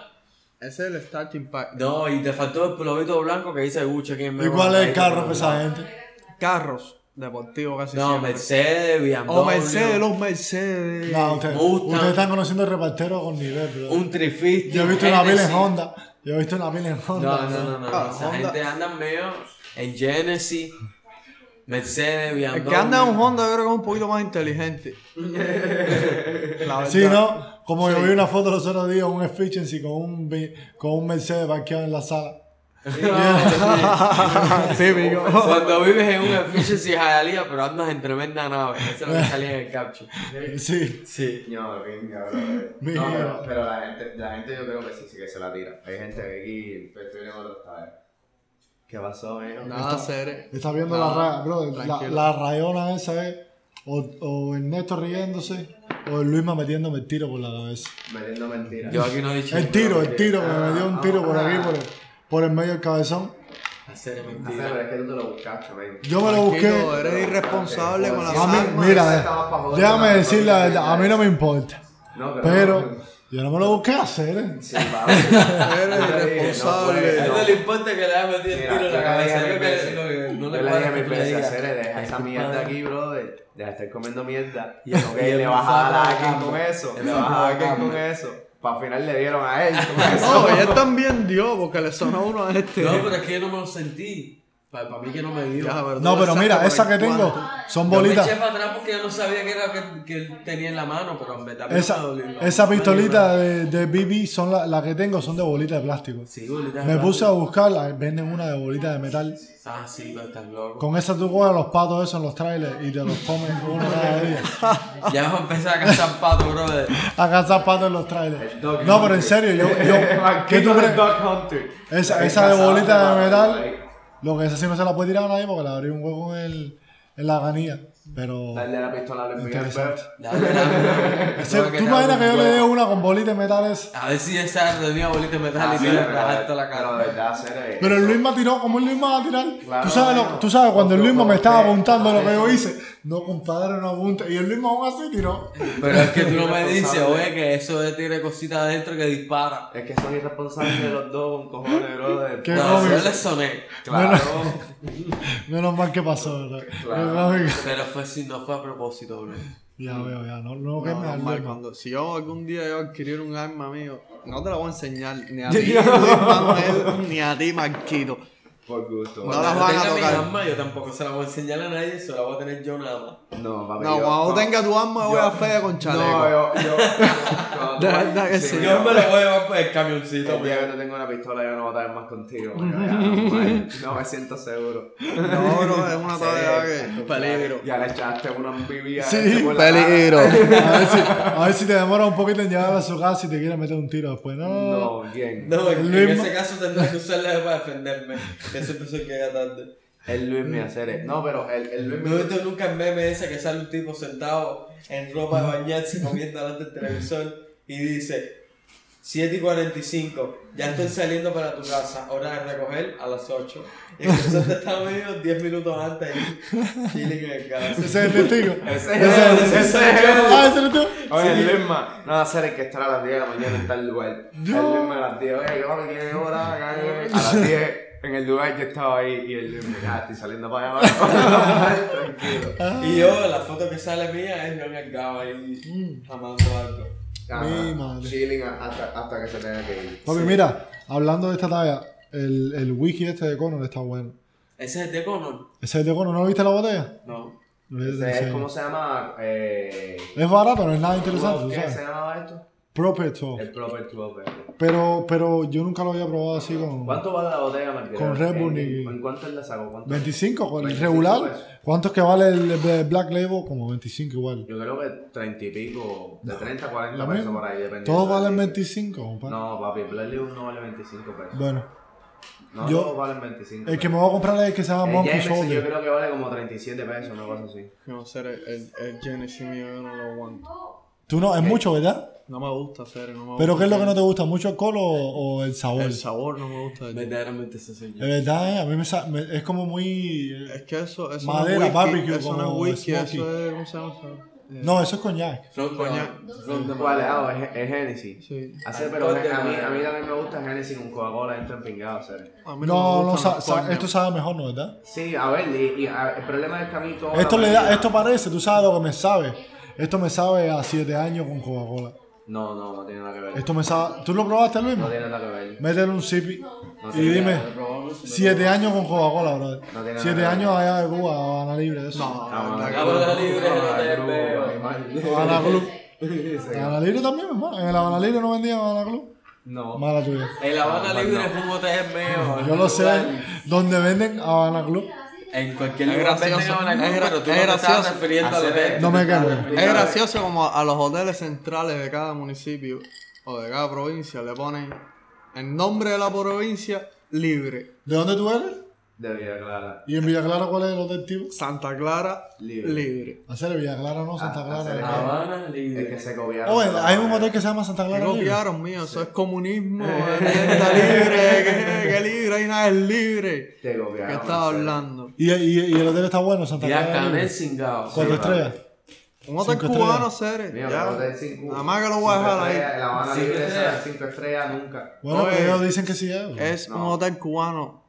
Speaker 4: Ese es el starting pack.
Speaker 1: No, y te faltó el pulovito blanco que dice Gucci aquí en
Speaker 3: ¿Y cuál es el carro para esa gente?
Speaker 4: Carros deportivos casi
Speaker 1: No,
Speaker 4: siempre.
Speaker 1: Mercedes, BMW.
Speaker 4: O Mercedes, los Mercedes.
Speaker 3: No, usted-
Speaker 1: Mustang.
Speaker 3: ustedes están conociendo el repartero con nivel, bro.
Speaker 1: Un trifista.
Speaker 3: Yo he visto
Speaker 1: un
Speaker 3: una mil en
Speaker 1: Hennessy.
Speaker 3: Honda. Yo he visto una mil en Honda.
Speaker 1: No, no, no, no.
Speaker 4: Ah,
Speaker 1: Esa
Speaker 4: Honda.
Speaker 1: gente anda medio en Genesis, Mercedes, BMW.
Speaker 4: El que anda en un Honda yo creo que es un poquito más inteligente. La verdad.
Speaker 3: Sí, ¿no? Como yo vi una foto los otros días, un efficiency con un, vi- con un Mercedes parqueado en la sala.
Speaker 4: Típico.
Speaker 1: Cuando vives en un efficiency Hialeah, pero andas en tremenda nave. Eso es lo que salía en el caption.
Speaker 3: Sí.
Speaker 1: Sí.
Speaker 2: No, venga, bro.
Speaker 3: Mira.
Speaker 2: No, pero, pero la, gente, la gente yo creo que sí, sí que se la tira. Hay gente que aquí prefiere otro vez. ¿Qué pasó, amigo?
Speaker 4: Nada serio.
Speaker 3: Estás viendo
Speaker 4: No,
Speaker 3: la raya, bro. La,
Speaker 4: tranquilo.
Speaker 3: la rayona esa es o, o Ernesto riéndose o el Luisma metiéndome el tiro por la cabeza.
Speaker 2: Metiendo mentiras.
Speaker 1: Yo aquí no he dicho
Speaker 3: El tiro, el
Speaker 1: que-
Speaker 3: tiro, que me dio un tiro por
Speaker 2: ah.
Speaker 3: aquí, por el, por el medio del cabezón.
Speaker 1: Hacer es
Speaker 2: Ah, sí,
Speaker 1: mentira.
Speaker 2: pero es que tú te lo buscaste, amigo.
Speaker 3: Yo me lo busqué.
Speaker 4: Tranquilo, eh. eres irresponsable con las
Speaker 3: A mí,
Speaker 4: armas.
Speaker 3: mira, eh, déjame decir la verdad, a mí no me importa.
Speaker 2: No,
Speaker 3: Pero yo no me lo busqué hacer. eh.
Speaker 2: Sí, va. No
Speaker 4: Eres
Speaker 2: te dije, no
Speaker 4: irresponsable.
Speaker 2: puedes,
Speaker 1: A él
Speaker 2: no.
Speaker 1: no le importa que le haya metido el
Speaker 2: Mira,
Speaker 1: tiro en la
Speaker 2: yo le dije
Speaker 1: cabeza.
Speaker 2: a
Speaker 1: Yo creo
Speaker 2: mi
Speaker 1: que
Speaker 2: imbécil,
Speaker 1: lo que no le
Speaker 2: yo le
Speaker 1: cuadra es
Speaker 2: dije a mi
Speaker 1: que tú le
Speaker 2: imbécil,
Speaker 1: digas,
Speaker 2: "Cere, deja
Speaker 1: "Ay,
Speaker 2: esa
Speaker 1: compadre".
Speaker 2: mierda aquí, bro. de- Deja de estar comiendo mierda.
Speaker 1: Y el
Speaker 2: Ok,
Speaker 1: y el
Speaker 2: le vas a dar
Speaker 1: mofado
Speaker 2: a alguien
Speaker 1: acá,
Speaker 2: con eso.
Speaker 1: el
Speaker 2: Le vas a
Speaker 1: mofado
Speaker 2: dar
Speaker 1: acá,
Speaker 2: a alguien con
Speaker 1: hombre.
Speaker 2: eso. Para final le dieron a él con
Speaker 4: No,
Speaker 2: eso.
Speaker 4: él también dio porque le sonó uno a este.
Speaker 1: No, pero es que yo no me lo sentí. Para, mí que no me dio.
Speaker 4: Ya, tú
Speaker 3: No,
Speaker 4: lo
Speaker 3: pero
Speaker 4: sacas
Speaker 3: mira,
Speaker 4: por
Speaker 3: esa
Speaker 4: el
Speaker 3: que tengo
Speaker 4: cuarto.
Speaker 3: son
Speaker 1: Yo me
Speaker 3: bolitas.
Speaker 1: eché para atrás porque yo no sabía que era que, que él tenía en la mano, pero en verdad me
Speaker 3: Esa,
Speaker 1: dolió la-
Speaker 3: esa
Speaker 1: me
Speaker 3: pistolita de, de BB son la, la que tengo, son de bolita de plástico.
Speaker 1: dolió. Sí, bolita de
Speaker 3: Me
Speaker 1: plástico.
Speaker 3: puse a buscarla, venden una de bolita de metal.
Speaker 1: Ah, sí, pero estás loco.
Speaker 3: Con esa tú coges los patos esos en los trailers y te los comes uno cada día.
Speaker 1: Ya vas a empezar a cazar pato, brother.
Speaker 3: A cazar patos en los trailers.
Speaker 2: El dog
Speaker 3: No, pero
Speaker 2: hunter.
Speaker 3: en serio, yo. yo ¿Qué
Speaker 2: Marquito
Speaker 3: tú
Speaker 2: del
Speaker 3: crees?
Speaker 2: Dog Hunter.
Speaker 3: Esa,
Speaker 2: El
Speaker 3: esa de
Speaker 2: cazador
Speaker 3: bolita de
Speaker 2: patos,
Speaker 3: metal,
Speaker 2: ahí.
Speaker 3: lo que esa sí no se la puede tirar a nadie porque le abrí un hueco en, el, en la ganilla. Pero.
Speaker 2: Dale la pistola a Luis Miguel,
Speaker 3: Interesante.
Speaker 2: pero-
Speaker 1: La verdad,
Speaker 3: Ese-
Speaker 1: creo
Speaker 3: ¿Tú
Speaker 1: te
Speaker 3: imaginas que
Speaker 1: abro
Speaker 3: yo
Speaker 1: un
Speaker 3: le dé
Speaker 1: hueco.
Speaker 3: una con bolita de metales?
Speaker 1: A ver si esa tenía bolita metálica
Speaker 2: Ah,
Speaker 1: y
Speaker 2: sí,
Speaker 1: le
Speaker 2: pero-
Speaker 1: rajaste la
Speaker 2: pero
Speaker 1: cara.
Speaker 2: de verdad, Cere,
Speaker 3: Pero el
Speaker 2: eso-
Speaker 3: Luisma tiró como el Luisma va a tirar.
Speaker 2: Claro,
Speaker 3: tú, sabes lo-
Speaker 2: no.
Speaker 3: tú sabes, cuando el
Speaker 2: No,
Speaker 3: Luisma
Speaker 2: no,
Speaker 3: me estaba
Speaker 2: no,
Speaker 3: apuntando lo que
Speaker 2: eso.
Speaker 3: yo hice, no compadre, no apunta. Y el Luisma aún así tiró.
Speaker 1: Pero es que tú no me
Speaker 2: Irresponsable.
Speaker 1: dices, oye, que eso de tiene cositas adentro que dispara.
Speaker 2: Es que son irresponsables los dos, con cojones, brother.
Speaker 3: Qué
Speaker 1: No,
Speaker 3: cómico.
Speaker 1: yo le soné.
Speaker 2: Claro.
Speaker 3: Menos mal que pasó, ¿verdad?
Speaker 2: Claro.
Speaker 3: Menos mal
Speaker 1: Pero fue si no fue a propósito, bro.
Speaker 3: que- Ya veo, ya. No, no
Speaker 4: No,
Speaker 3: quemes
Speaker 4: no,
Speaker 3: al
Speaker 4: Mar,
Speaker 3: Luisma.
Speaker 4: cuando- si yo algún día yo adquirir un arma mío, no te la voy a enseñar ni a ti, Luis Manuel, ni a ti, Marquito.
Speaker 2: Por gusto.
Speaker 4: No las van a
Speaker 1: tenga mi
Speaker 4: tocar.
Speaker 1: arma, yo tampoco se la voy a enseñar a nadie, se la voy a tener yo nada más.
Speaker 2: No, papi.
Speaker 4: No,
Speaker 2: yo-
Speaker 4: cuando
Speaker 2: no.
Speaker 4: tenga tu arma, voy a fea con
Speaker 2: No,
Speaker 4: chaleco.
Speaker 2: yo. yo no,
Speaker 4: De verdad que sí.
Speaker 1: Yo me la voy a llevar por el camioncito,
Speaker 2: El día que no tengo una pistola, yo no voy a estar más contigo. marico, ya, man, No me siento seguro.
Speaker 4: No, bro, es una
Speaker 2: Sí,
Speaker 4: tarea que.
Speaker 2: exacto,
Speaker 4: Peligro.
Speaker 2: Ya le echaste una biblia.
Speaker 3: Sí,
Speaker 4: Peligro.
Speaker 3: A ver, si, a ver si te demora un poquito en llegar a su casa y te quiere meter un tiro después. No, no, no.
Speaker 2: No, bien.
Speaker 1: pues. No, en,
Speaker 3: Luis
Speaker 1: en
Speaker 3: Ma-
Speaker 1: ese caso tendré que usarla para defenderme. Que siempre soy que llega tarde.
Speaker 2: El Luis me hace. No, pero el, el Luis
Speaker 1: No he
Speaker 2: me.
Speaker 1: visto nunca el meme ese que sale un tipo sentado en ropa de bañarse comiendo delante del televisor y dice 7 y 45, ya estoy saliendo para tu casa, hora de recoger a las 8. Y el profesor te está medio 10 minutos antes ahí, chilling en el carro.
Speaker 3: Ese es el testigo.
Speaker 2: Ese
Speaker 3: Ese-
Speaker 2: es- ese es
Speaker 3: Ah,
Speaker 2: el.
Speaker 3: ese eres tú.
Speaker 2: Oye, el Luisma, no va a ser el que estará a las 10 de la mañana en tal lugar. El Luisma a las 10, oye, que papi, que hora, que- a las 10. en el lugar yo estaba ahí y él me ah, estoy saliendo para allá abajo. Tranquilo.
Speaker 1: Y yo, la foto que sale mía es yo en el cabo ahí, amando algo.
Speaker 2: Ajá,
Speaker 3: Mi madre.
Speaker 2: Chilling hasta, hasta que se tenga que ir.
Speaker 3: Papi, mira, hablando de esta talla, el, el wiki este de Conor está bueno.
Speaker 1: ¿Ese es el de Conor?
Speaker 3: ¿Ese es de Conor? ¿No viste la botella?
Speaker 1: No.
Speaker 3: No,
Speaker 2: Ese es como se llama. Eh,
Speaker 3: Es barato, no es nada
Speaker 2: ¿cómo-
Speaker 3: interesante,
Speaker 2: ¿Qué se
Speaker 3: ¿sabes?
Speaker 2: llamaba esto?
Speaker 3: Proper Talk.
Speaker 2: El Proper Club. eh.
Speaker 3: Pero, pero yo nunca lo había probado así con...
Speaker 2: ¿Cuánto vale la botella, Marqués?
Speaker 3: Con Red Bull y-
Speaker 2: ¿En cuánto él la sacó? ¿Cuánto?
Speaker 3: 25 con el
Speaker 2: 25 pesos.
Speaker 3: regular. ¿Cuánto es que vale el el Black Label? Como 25 igual.
Speaker 2: Yo creo que 30 y pico, de 30 a
Speaker 3: La
Speaker 2: 40 pesos
Speaker 3: misma.
Speaker 2: por ahí, dependiendo.
Speaker 3: Todos
Speaker 2: del
Speaker 3: valen
Speaker 2: tipo.
Speaker 3: 25, compadre.
Speaker 2: No, papi, Black Label no vale 25 pesos.
Speaker 3: Bueno,
Speaker 2: no,
Speaker 3: yo-
Speaker 2: todos valen 25
Speaker 3: el que me
Speaker 2: pesos.
Speaker 3: voy a comprar es el que se llama
Speaker 2: El
Speaker 3: Monkey
Speaker 2: Jameson yo
Speaker 3: Shoulder.
Speaker 2: creo que vale como 37 pesos, una cosa así.
Speaker 4: No, hacer el, el, el Genesis mío yo no lo
Speaker 3: Oh,
Speaker 4: aguanto.
Speaker 2: Oh,
Speaker 3: Tú no, es mucho, ¿verdad?
Speaker 4: No me gusta hacer, no me gusta.
Speaker 3: Pero ¿qué es lo que no te gusta? ¿Mucho alcohol o, o el sabor?
Speaker 4: El sabor no me gusta. del-
Speaker 1: Verdaderamente ese soy
Speaker 3: De
Speaker 1: yo.
Speaker 3: verdad, eh, a mí me, sa- me- es como muy... eh,
Speaker 4: Es que eso, eso
Speaker 3: Madera,
Speaker 4: no es whisky,
Speaker 3: barbecue,
Speaker 4: eso no
Speaker 3: como
Speaker 4: es whisky,
Speaker 3: smoky.
Speaker 4: eso es, ¿cómo se llama? eso? Eh,
Speaker 3: No, eso es coñac.
Speaker 1: Ron
Speaker 4: Coñac.
Speaker 1: con- Ron de
Speaker 2: ¿Cuál es?
Speaker 1: Madera.
Speaker 2: Ah, es, es Hennessy.
Speaker 4: Eh, Sí.
Speaker 2: Así, pero
Speaker 1: Alcohol de
Speaker 2: a mí,
Speaker 1: madera.
Speaker 2: a mí también me gusta Hennessy con Coca-Cola, entra en pingado, ¿sabes?
Speaker 4: A mí
Speaker 3: No,
Speaker 4: me
Speaker 3: no,
Speaker 4: gustan
Speaker 3: sa-
Speaker 4: los
Speaker 3: sa-
Speaker 4: coños.
Speaker 3: esto sabe mejor, ¿no? ¿Verdad?
Speaker 2: Sí, a ver, y, y a- el problema es que a mí todo.
Speaker 3: Esto le da, esto parece, tú sabes lo que me sabe. Esto me sabe a 7 años con Coca-Cola.
Speaker 2: No, no, no tiene nada que ver.
Speaker 3: Esto me sabe... ¿Tú lo probaste, Luis?
Speaker 2: No tiene nada que ver.
Speaker 3: Métele un sipi
Speaker 2: No
Speaker 3: y
Speaker 2: tiene
Speaker 3: dime...
Speaker 2: nada que ver.
Speaker 3: Siete años con Coca-Cola, bro.
Speaker 2: tiene
Speaker 3: Siete
Speaker 2: nada.
Speaker 3: años allá de Cuba, Habana Libre, eso.
Speaker 4: No,
Speaker 2: Ah,
Speaker 4: la
Speaker 2: bueno,
Speaker 1: Ah, bueno,
Speaker 4: verdad
Speaker 1: la
Speaker 4: que-
Speaker 1: libre,
Speaker 2: Ah,
Speaker 1: no te
Speaker 2: no,
Speaker 1: veo.
Speaker 2: animal.
Speaker 3: Habana Club. Habana Libre también, hermano. En el Habana Libre no vendían Habana Club.
Speaker 2: No.
Speaker 3: Mala tuya.
Speaker 1: El Habana Libre es un hotel mío.
Speaker 3: Yo lo sé. Donde venden Habana Club.
Speaker 1: En cualquier
Speaker 4: Es
Speaker 1: lugar venden
Speaker 4: gracioso.
Speaker 1: Habana Libre,
Speaker 4: Es
Speaker 1: pero tú no
Speaker 4: gra-
Speaker 1: te
Speaker 4: es
Speaker 1: estás
Speaker 4: gracioso.
Speaker 1: refiriendo al hotel.
Speaker 3: No me
Speaker 1: quedo.
Speaker 3: quedo.
Speaker 4: Es gracioso como a los hoteles centrales de cada municipio o de cada provincia le ponen el nombre de la provincia libre.
Speaker 3: ¿De dónde tú eres?
Speaker 2: De Villa Clara.
Speaker 3: ¿Y en Villa Clara cuál es el hotel tipo?
Speaker 4: Santa Clara
Speaker 2: Libre.
Speaker 4: libre.
Speaker 3: Hacer Villa Clara, no Santa
Speaker 2: Ah, Hacer-
Speaker 3: Clara.
Speaker 1: Habana
Speaker 2: Es que
Speaker 1: Libre.
Speaker 2: se copiaron.
Speaker 3: Oye, hay un hotel que se llama Santa
Speaker 4: ¿Qué
Speaker 3: Clara Libre.
Speaker 4: copiaron, mío? Eso es comunismo. eh, está libre, que, que libre, ahí nada es libre.
Speaker 2: Te copiaron.
Speaker 4: ¿Qué estás
Speaker 2: Marcelo.
Speaker 4: hablando?
Speaker 3: Y, y- y el hotel está bueno, Santa
Speaker 1: Y acá
Speaker 3: Clara
Speaker 1: en el
Speaker 3: Libre.
Speaker 1: cingado.
Speaker 3: Cuatro
Speaker 2: Sí, vale.
Speaker 3: estrellas.
Speaker 4: Un hotel
Speaker 3: Cinco
Speaker 4: cubano,
Speaker 3: estrellas.
Speaker 4: Ceres.
Speaker 2: Mío,
Speaker 4: ya.
Speaker 2: pero hotel cinco-
Speaker 4: Nada más que lo voy a
Speaker 2: cinco
Speaker 4: dejar ahí.
Speaker 2: estrellas, La Habana
Speaker 1: Cinco
Speaker 2: Libre
Speaker 1: estrellas.
Speaker 2: esas 5 estrellas nunca.
Speaker 3: Bueno,
Speaker 4: Oye.
Speaker 3: pero ellos dicen que sí eh, es. bro.
Speaker 4: Es un
Speaker 2: No.
Speaker 4: hotel cubano.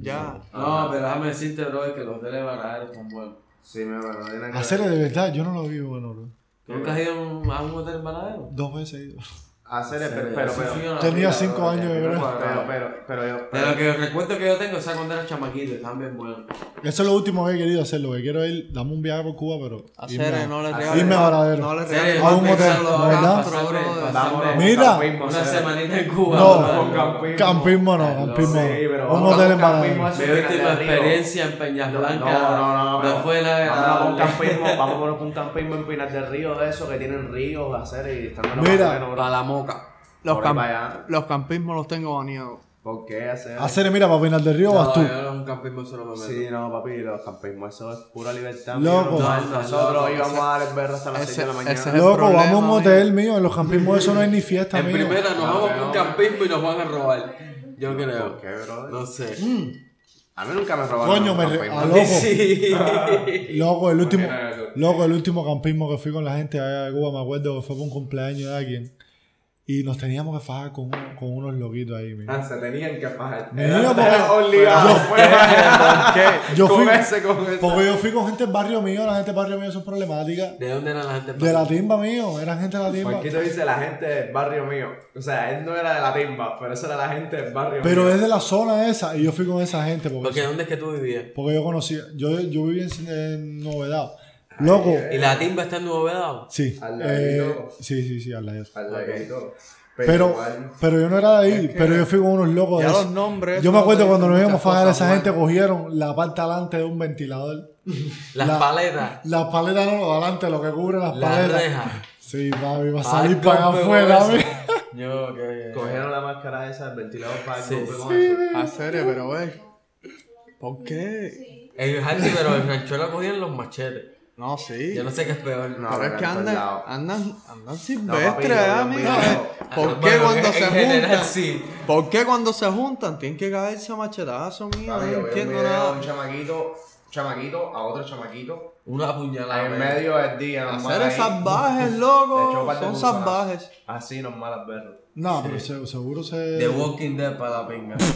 Speaker 4: Ya.
Speaker 1: No, pero déjame decirte, bro, que los hoteles baratos son buenos.
Speaker 2: Sí, mi hermano, no tiene nada que
Speaker 3: Hacer
Speaker 2: ver.
Speaker 3: de verdad, yo no lo vi bueno, bro.
Speaker 1: ¿Tú nunca has ido a un, a un hotel baradero?
Speaker 3: Dos veces he ido.
Speaker 2: Hacer es- pero, pero, pero.
Speaker 3: Tenía cinco años, de verdad.
Speaker 2: Pero, pero, pero yo.
Speaker 1: De lo que recuerdo que yo tengo, o sea, cuando era chamaquito, están bien buenos.
Speaker 3: Eso es lo último que he querido hacer. Lo que quiero ir, dame un viaje por Cuba, pero.
Speaker 4: A
Speaker 3: irme
Speaker 4: Ceres
Speaker 3: a-
Speaker 4: no le
Speaker 2: a
Speaker 4: regales.
Speaker 3: Irme a Varadero.
Speaker 4: No le
Speaker 1: Serio,
Speaker 4: regales.
Speaker 3: a un
Speaker 1: estoy
Speaker 3: hotel,
Speaker 1: pensando
Speaker 3: ¿no,
Speaker 1: ahora,
Speaker 3: verdad?
Speaker 2: eh,
Speaker 1: pasarme-
Speaker 4: Vámonos.
Speaker 1: pasarme
Speaker 3: Mira.
Speaker 1: Una semanita en Cuba.
Speaker 3: No.
Speaker 1: bro.
Speaker 2: Con Campi-
Speaker 3: Campismo no,
Speaker 1: No,
Speaker 3: campismo.
Speaker 2: Sí, pero
Speaker 3: no. un
Speaker 2: vamos
Speaker 3: hotel
Speaker 2: a
Speaker 3: en
Speaker 2: buscar
Speaker 3: Varadero.
Speaker 2: mismo a su
Speaker 1: Mi
Speaker 2: final
Speaker 1: última
Speaker 2: de Río.
Speaker 1: experiencia en Peñas
Speaker 2: No,
Speaker 1: Blancas
Speaker 2: no, no,
Speaker 1: no
Speaker 2: no, no.
Speaker 1: fue la
Speaker 2: Vamos a un
Speaker 1: agradable.
Speaker 2: campismo, vamos a poner un campismo en Pinar del Río de esos que tienen ríos, hacer y están
Speaker 3: Mira.
Speaker 1: Para la moca.
Speaker 4: Los,
Speaker 2: Por ahí
Speaker 4: cam-
Speaker 2: para allá.
Speaker 4: los campismos los tengo baneados.
Speaker 2: ¿Por qué hacer?
Speaker 3: Hacer, mira, para Pinar del Río vas tú.
Speaker 1: yo no, eh, un campismo solo me meto.
Speaker 2: Sí, no, papi, los campismos, eso es pura libertad.
Speaker 3: Loco.
Speaker 2: mío.
Speaker 1: No, no,
Speaker 2: nosotros
Speaker 1: no,
Speaker 2: íbamos
Speaker 1: no.
Speaker 2: a dar el berro hasta las
Speaker 4: Ese-
Speaker 2: 6 de la
Speaker 4: ese
Speaker 2: mañana.
Speaker 4: es el
Speaker 3: Loco,
Speaker 4: problema,
Speaker 3: vamos a un
Speaker 4: amigo.
Speaker 3: hotel mío. En los campismos eso no es ni fiesta,
Speaker 1: En
Speaker 3: amigo.
Speaker 1: primera nos
Speaker 2: No,
Speaker 1: vamos a
Speaker 2: no.
Speaker 1: un campismo y nos van a robar. Yo creo.
Speaker 2: ¿Por qué, brother?
Speaker 1: No sé.
Speaker 2: A mí nunca me robaron.
Speaker 3: Coño,
Speaker 2: un
Speaker 3: me re-
Speaker 2: campismo.
Speaker 3: a loco.
Speaker 1: Sí.
Speaker 2: Ah.
Speaker 3: Loco, el último,
Speaker 2: Mira eso.
Speaker 3: loco, el último campismo que fui con la gente allá de Cuba, me acuerdo que fue por un cumpleaños de alguien. Y nos teníamos que fajar con, uno- con unos loquitos ahí, mira.
Speaker 2: Ah, se tenían que fajar.
Speaker 3: Mira, porque-
Speaker 2: obligado.
Speaker 4: ¿Por qué?
Speaker 3: Yo fui,
Speaker 2: comerse con ese.
Speaker 3: porque yo fui con gente del barrio mío, la gente del barrio mío son problemática.
Speaker 1: ¿De dónde eran la gente?
Speaker 3: De la timba mío, era gente de la timba.
Speaker 2: Marquito dice la gente del barrio mío. O sea, él no era de la timba, pero esa era la gente del barrio mío.
Speaker 3: Pero es de la zona esa, y yo fui con esa gente. Porque,
Speaker 1: Porque ¿dónde es que tú vivías?
Speaker 3: porque yo conocía, yo, yo vivía en, en Novedad. Loco,
Speaker 1: ¿Y la timba está en Nuevo Vedado?
Speaker 3: sí,
Speaker 2: Al
Speaker 3: eh,
Speaker 2: ladito.
Speaker 3: sí, sí, sí, al ladito.
Speaker 2: Al ladito.
Speaker 3: Pero,
Speaker 2: igual,
Speaker 3: pero yo no era de ahí, pero yo fui con unos locos.
Speaker 4: Ya
Speaker 3: de-
Speaker 4: los nombres.
Speaker 3: yo me
Speaker 4: no
Speaker 3: acuerdo
Speaker 4: te
Speaker 3: cuando
Speaker 4: dicen
Speaker 3: nos íbamos a
Speaker 4: muchas
Speaker 3: fajar,
Speaker 4: cosas,
Speaker 3: esa
Speaker 4: man.
Speaker 3: gente cogieron la parte adelante de un ventilador.
Speaker 1: Las
Speaker 3: La-
Speaker 1: paletas.
Speaker 3: Las paletas no, lo de adelante, lo que cubre las
Speaker 1: La
Speaker 3: paletas.
Speaker 1: reja.
Speaker 3: Sí, papi, va a
Speaker 1: Ay,
Speaker 3: salir para
Speaker 1: cómo
Speaker 3: allá
Speaker 1: me huele
Speaker 3: afuera. mami.
Speaker 1: eso. Yo, que.
Speaker 2: Cogieron la máscara esa del ventilador para el
Speaker 1: Sí,
Speaker 2: golpe con
Speaker 3: Sí,
Speaker 2: eso.
Speaker 3: mami.
Speaker 4: A serio, pero güey. ¿Por qué?
Speaker 1: El Hardy, pero el ranchuelo cogían los machetes.
Speaker 4: No, sí.
Speaker 1: Yo no sé qué es peor. Ah,
Speaker 2: No,
Speaker 4: pero es
Speaker 2: pero
Speaker 4: que
Speaker 2: en todos
Speaker 4: andan,
Speaker 2: lados.
Speaker 4: andan, andan
Speaker 2: papi,
Speaker 4: silvestres,
Speaker 2: yo
Speaker 4: eh,
Speaker 2: vi un
Speaker 4: amigo.
Speaker 2: video.
Speaker 4: eh. ¿Por qué
Speaker 1: Bueno,
Speaker 4: cuando
Speaker 1: en-
Speaker 4: se
Speaker 1: en general,
Speaker 4: juntan?
Speaker 1: sí.
Speaker 4: ¿Por qué cuando se juntan tienen que caerse a machetazo, mío?
Speaker 2: Papi,
Speaker 4: No
Speaker 2: yo vi un
Speaker 4: entiendo
Speaker 2: video de
Speaker 4: nada.
Speaker 2: un chamaquito, chamaquito a otro chamaquito.
Speaker 1: Una puñalada.
Speaker 2: en
Speaker 1: man.
Speaker 2: medio del día, normal.
Speaker 4: Hacer
Speaker 2: ahí.
Speaker 4: salvajes,
Speaker 2: Le echó un
Speaker 4: loco.
Speaker 2: par de
Speaker 4: Son
Speaker 2: gusanos.
Speaker 4: salvajes.
Speaker 2: Así, normal, al perro.
Speaker 3: No, pero se- seguro se.
Speaker 1: The Walking Dead para la pinga.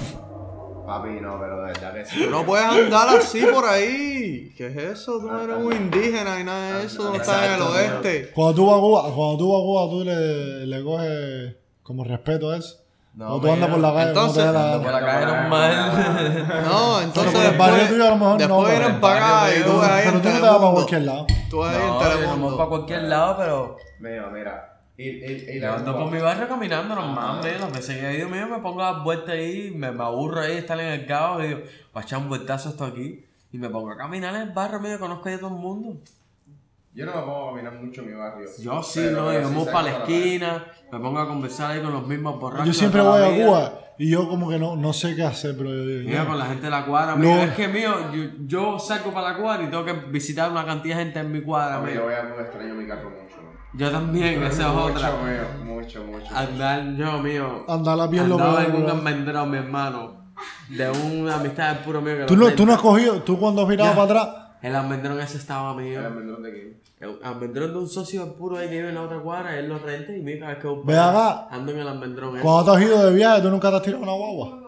Speaker 2: Papi, no, pero de verdad que sí.
Speaker 4: Tú no pues, puedes andar así por ahí. ¿Qué es eso? Tú no eres un indígena y
Speaker 2: Ah,
Speaker 4: nada de eso. Tú no estás en el
Speaker 1: Exacto.
Speaker 4: oeste.
Speaker 3: Cuando tú vas a Cuba, cuando tú vas a Cuba, tú le, le coges como respeto a eso.
Speaker 1: No,
Speaker 3: Cuando tú andas
Speaker 1: mira,
Speaker 3: por la calle,
Speaker 4: entonces,
Speaker 3: no te da
Speaker 1: Por
Speaker 3: la...
Speaker 1: la cayeron mal.
Speaker 4: No,
Speaker 3: Pero
Speaker 4: entonces.
Speaker 3: por el barrio tuyo a lo mejor no.
Speaker 4: después
Speaker 3: Pero,
Speaker 4: vienen para acá y
Speaker 1: barrio
Speaker 4: tú
Speaker 1: mío.
Speaker 4: ves ahí
Speaker 3: pero
Speaker 4: en
Speaker 3: tú no te vas para
Speaker 4: Telemundo.
Speaker 3: cualquier lado.
Speaker 4: Tú ves ahí en
Speaker 1: No, yo no voy para
Speaker 4: Telemundo.
Speaker 1: cualquier lado, pero.
Speaker 2: Mira, mira. Y, y, y
Speaker 1: Yo
Speaker 2: la
Speaker 1: ando por mi barrio caminando normal, men. Las veces que he ido, mío, me pongo a dar vueltas ahí, me, me aburro ahí, estar en el caos y digo, va a echar un vueltazo esto aquí. Y me pongo a caminar en el barrio, mío, conozco ya todo el mundo.
Speaker 2: Yo no me puedo caminar mucho en mi barrio.
Speaker 1: Yo sí,
Speaker 2: Pero-
Speaker 1: no,
Speaker 2: pero
Speaker 1: yo
Speaker 2: sí
Speaker 1: me voy
Speaker 2: salgo
Speaker 1: para la
Speaker 2: a
Speaker 1: esquina, me pongo a conversar ahí con los mismos borrachos.
Speaker 3: Yo
Speaker 1: de
Speaker 3: siempre
Speaker 1: toda
Speaker 3: voy
Speaker 1: la
Speaker 3: a
Speaker 1: vida.
Speaker 3: Cuba y yo como que no, no sé qué hacer, pero yo digo,
Speaker 1: Mira,
Speaker 3: ya.
Speaker 1: con la gente de la cuadra,
Speaker 3: No.
Speaker 1: mío, es que mío, yo, yo salgo para la cuadra y tengo que visitar una cantidad de gente en mi cuadra,
Speaker 2: Papi,
Speaker 1: mío.
Speaker 2: Yo voy a muy extraño mi carro mucho.
Speaker 1: Yo también, esa es
Speaker 2: mucho,
Speaker 1: otra.
Speaker 2: mío, mucho, mucho.
Speaker 1: Andar yo, mío.
Speaker 3: Andar a pie es lo
Speaker 1: Andaba
Speaker 3: peor,
Speaker 1: en un
Speaker 3: bro.
Speaker 1: almendrado, mi hermano. De una amistad del puro mío que
Speaker 3: Tú
Speaker 1: lo
Speaker 3: no,
Speaker 1: tengo.
Speaker 3: tú no has cogido, tú cuando has mirado para atrás,
Speaker 1: El almendrón ese estaba mío.
Speaker 2: Era menor de aquí.
Speaker 1: El almendrón de un socio del puro ahí que vive en la otra cuadra, él lo renta y mira cada vez que voy
Speaker 3: Ve
Speaker 1: para allá,
Speaker 3: acá.
Speaker 1: Ando en el almendrón ese.
Speaker 3: cuando te has ido de viaje, tú nunca te has tirado una guagua.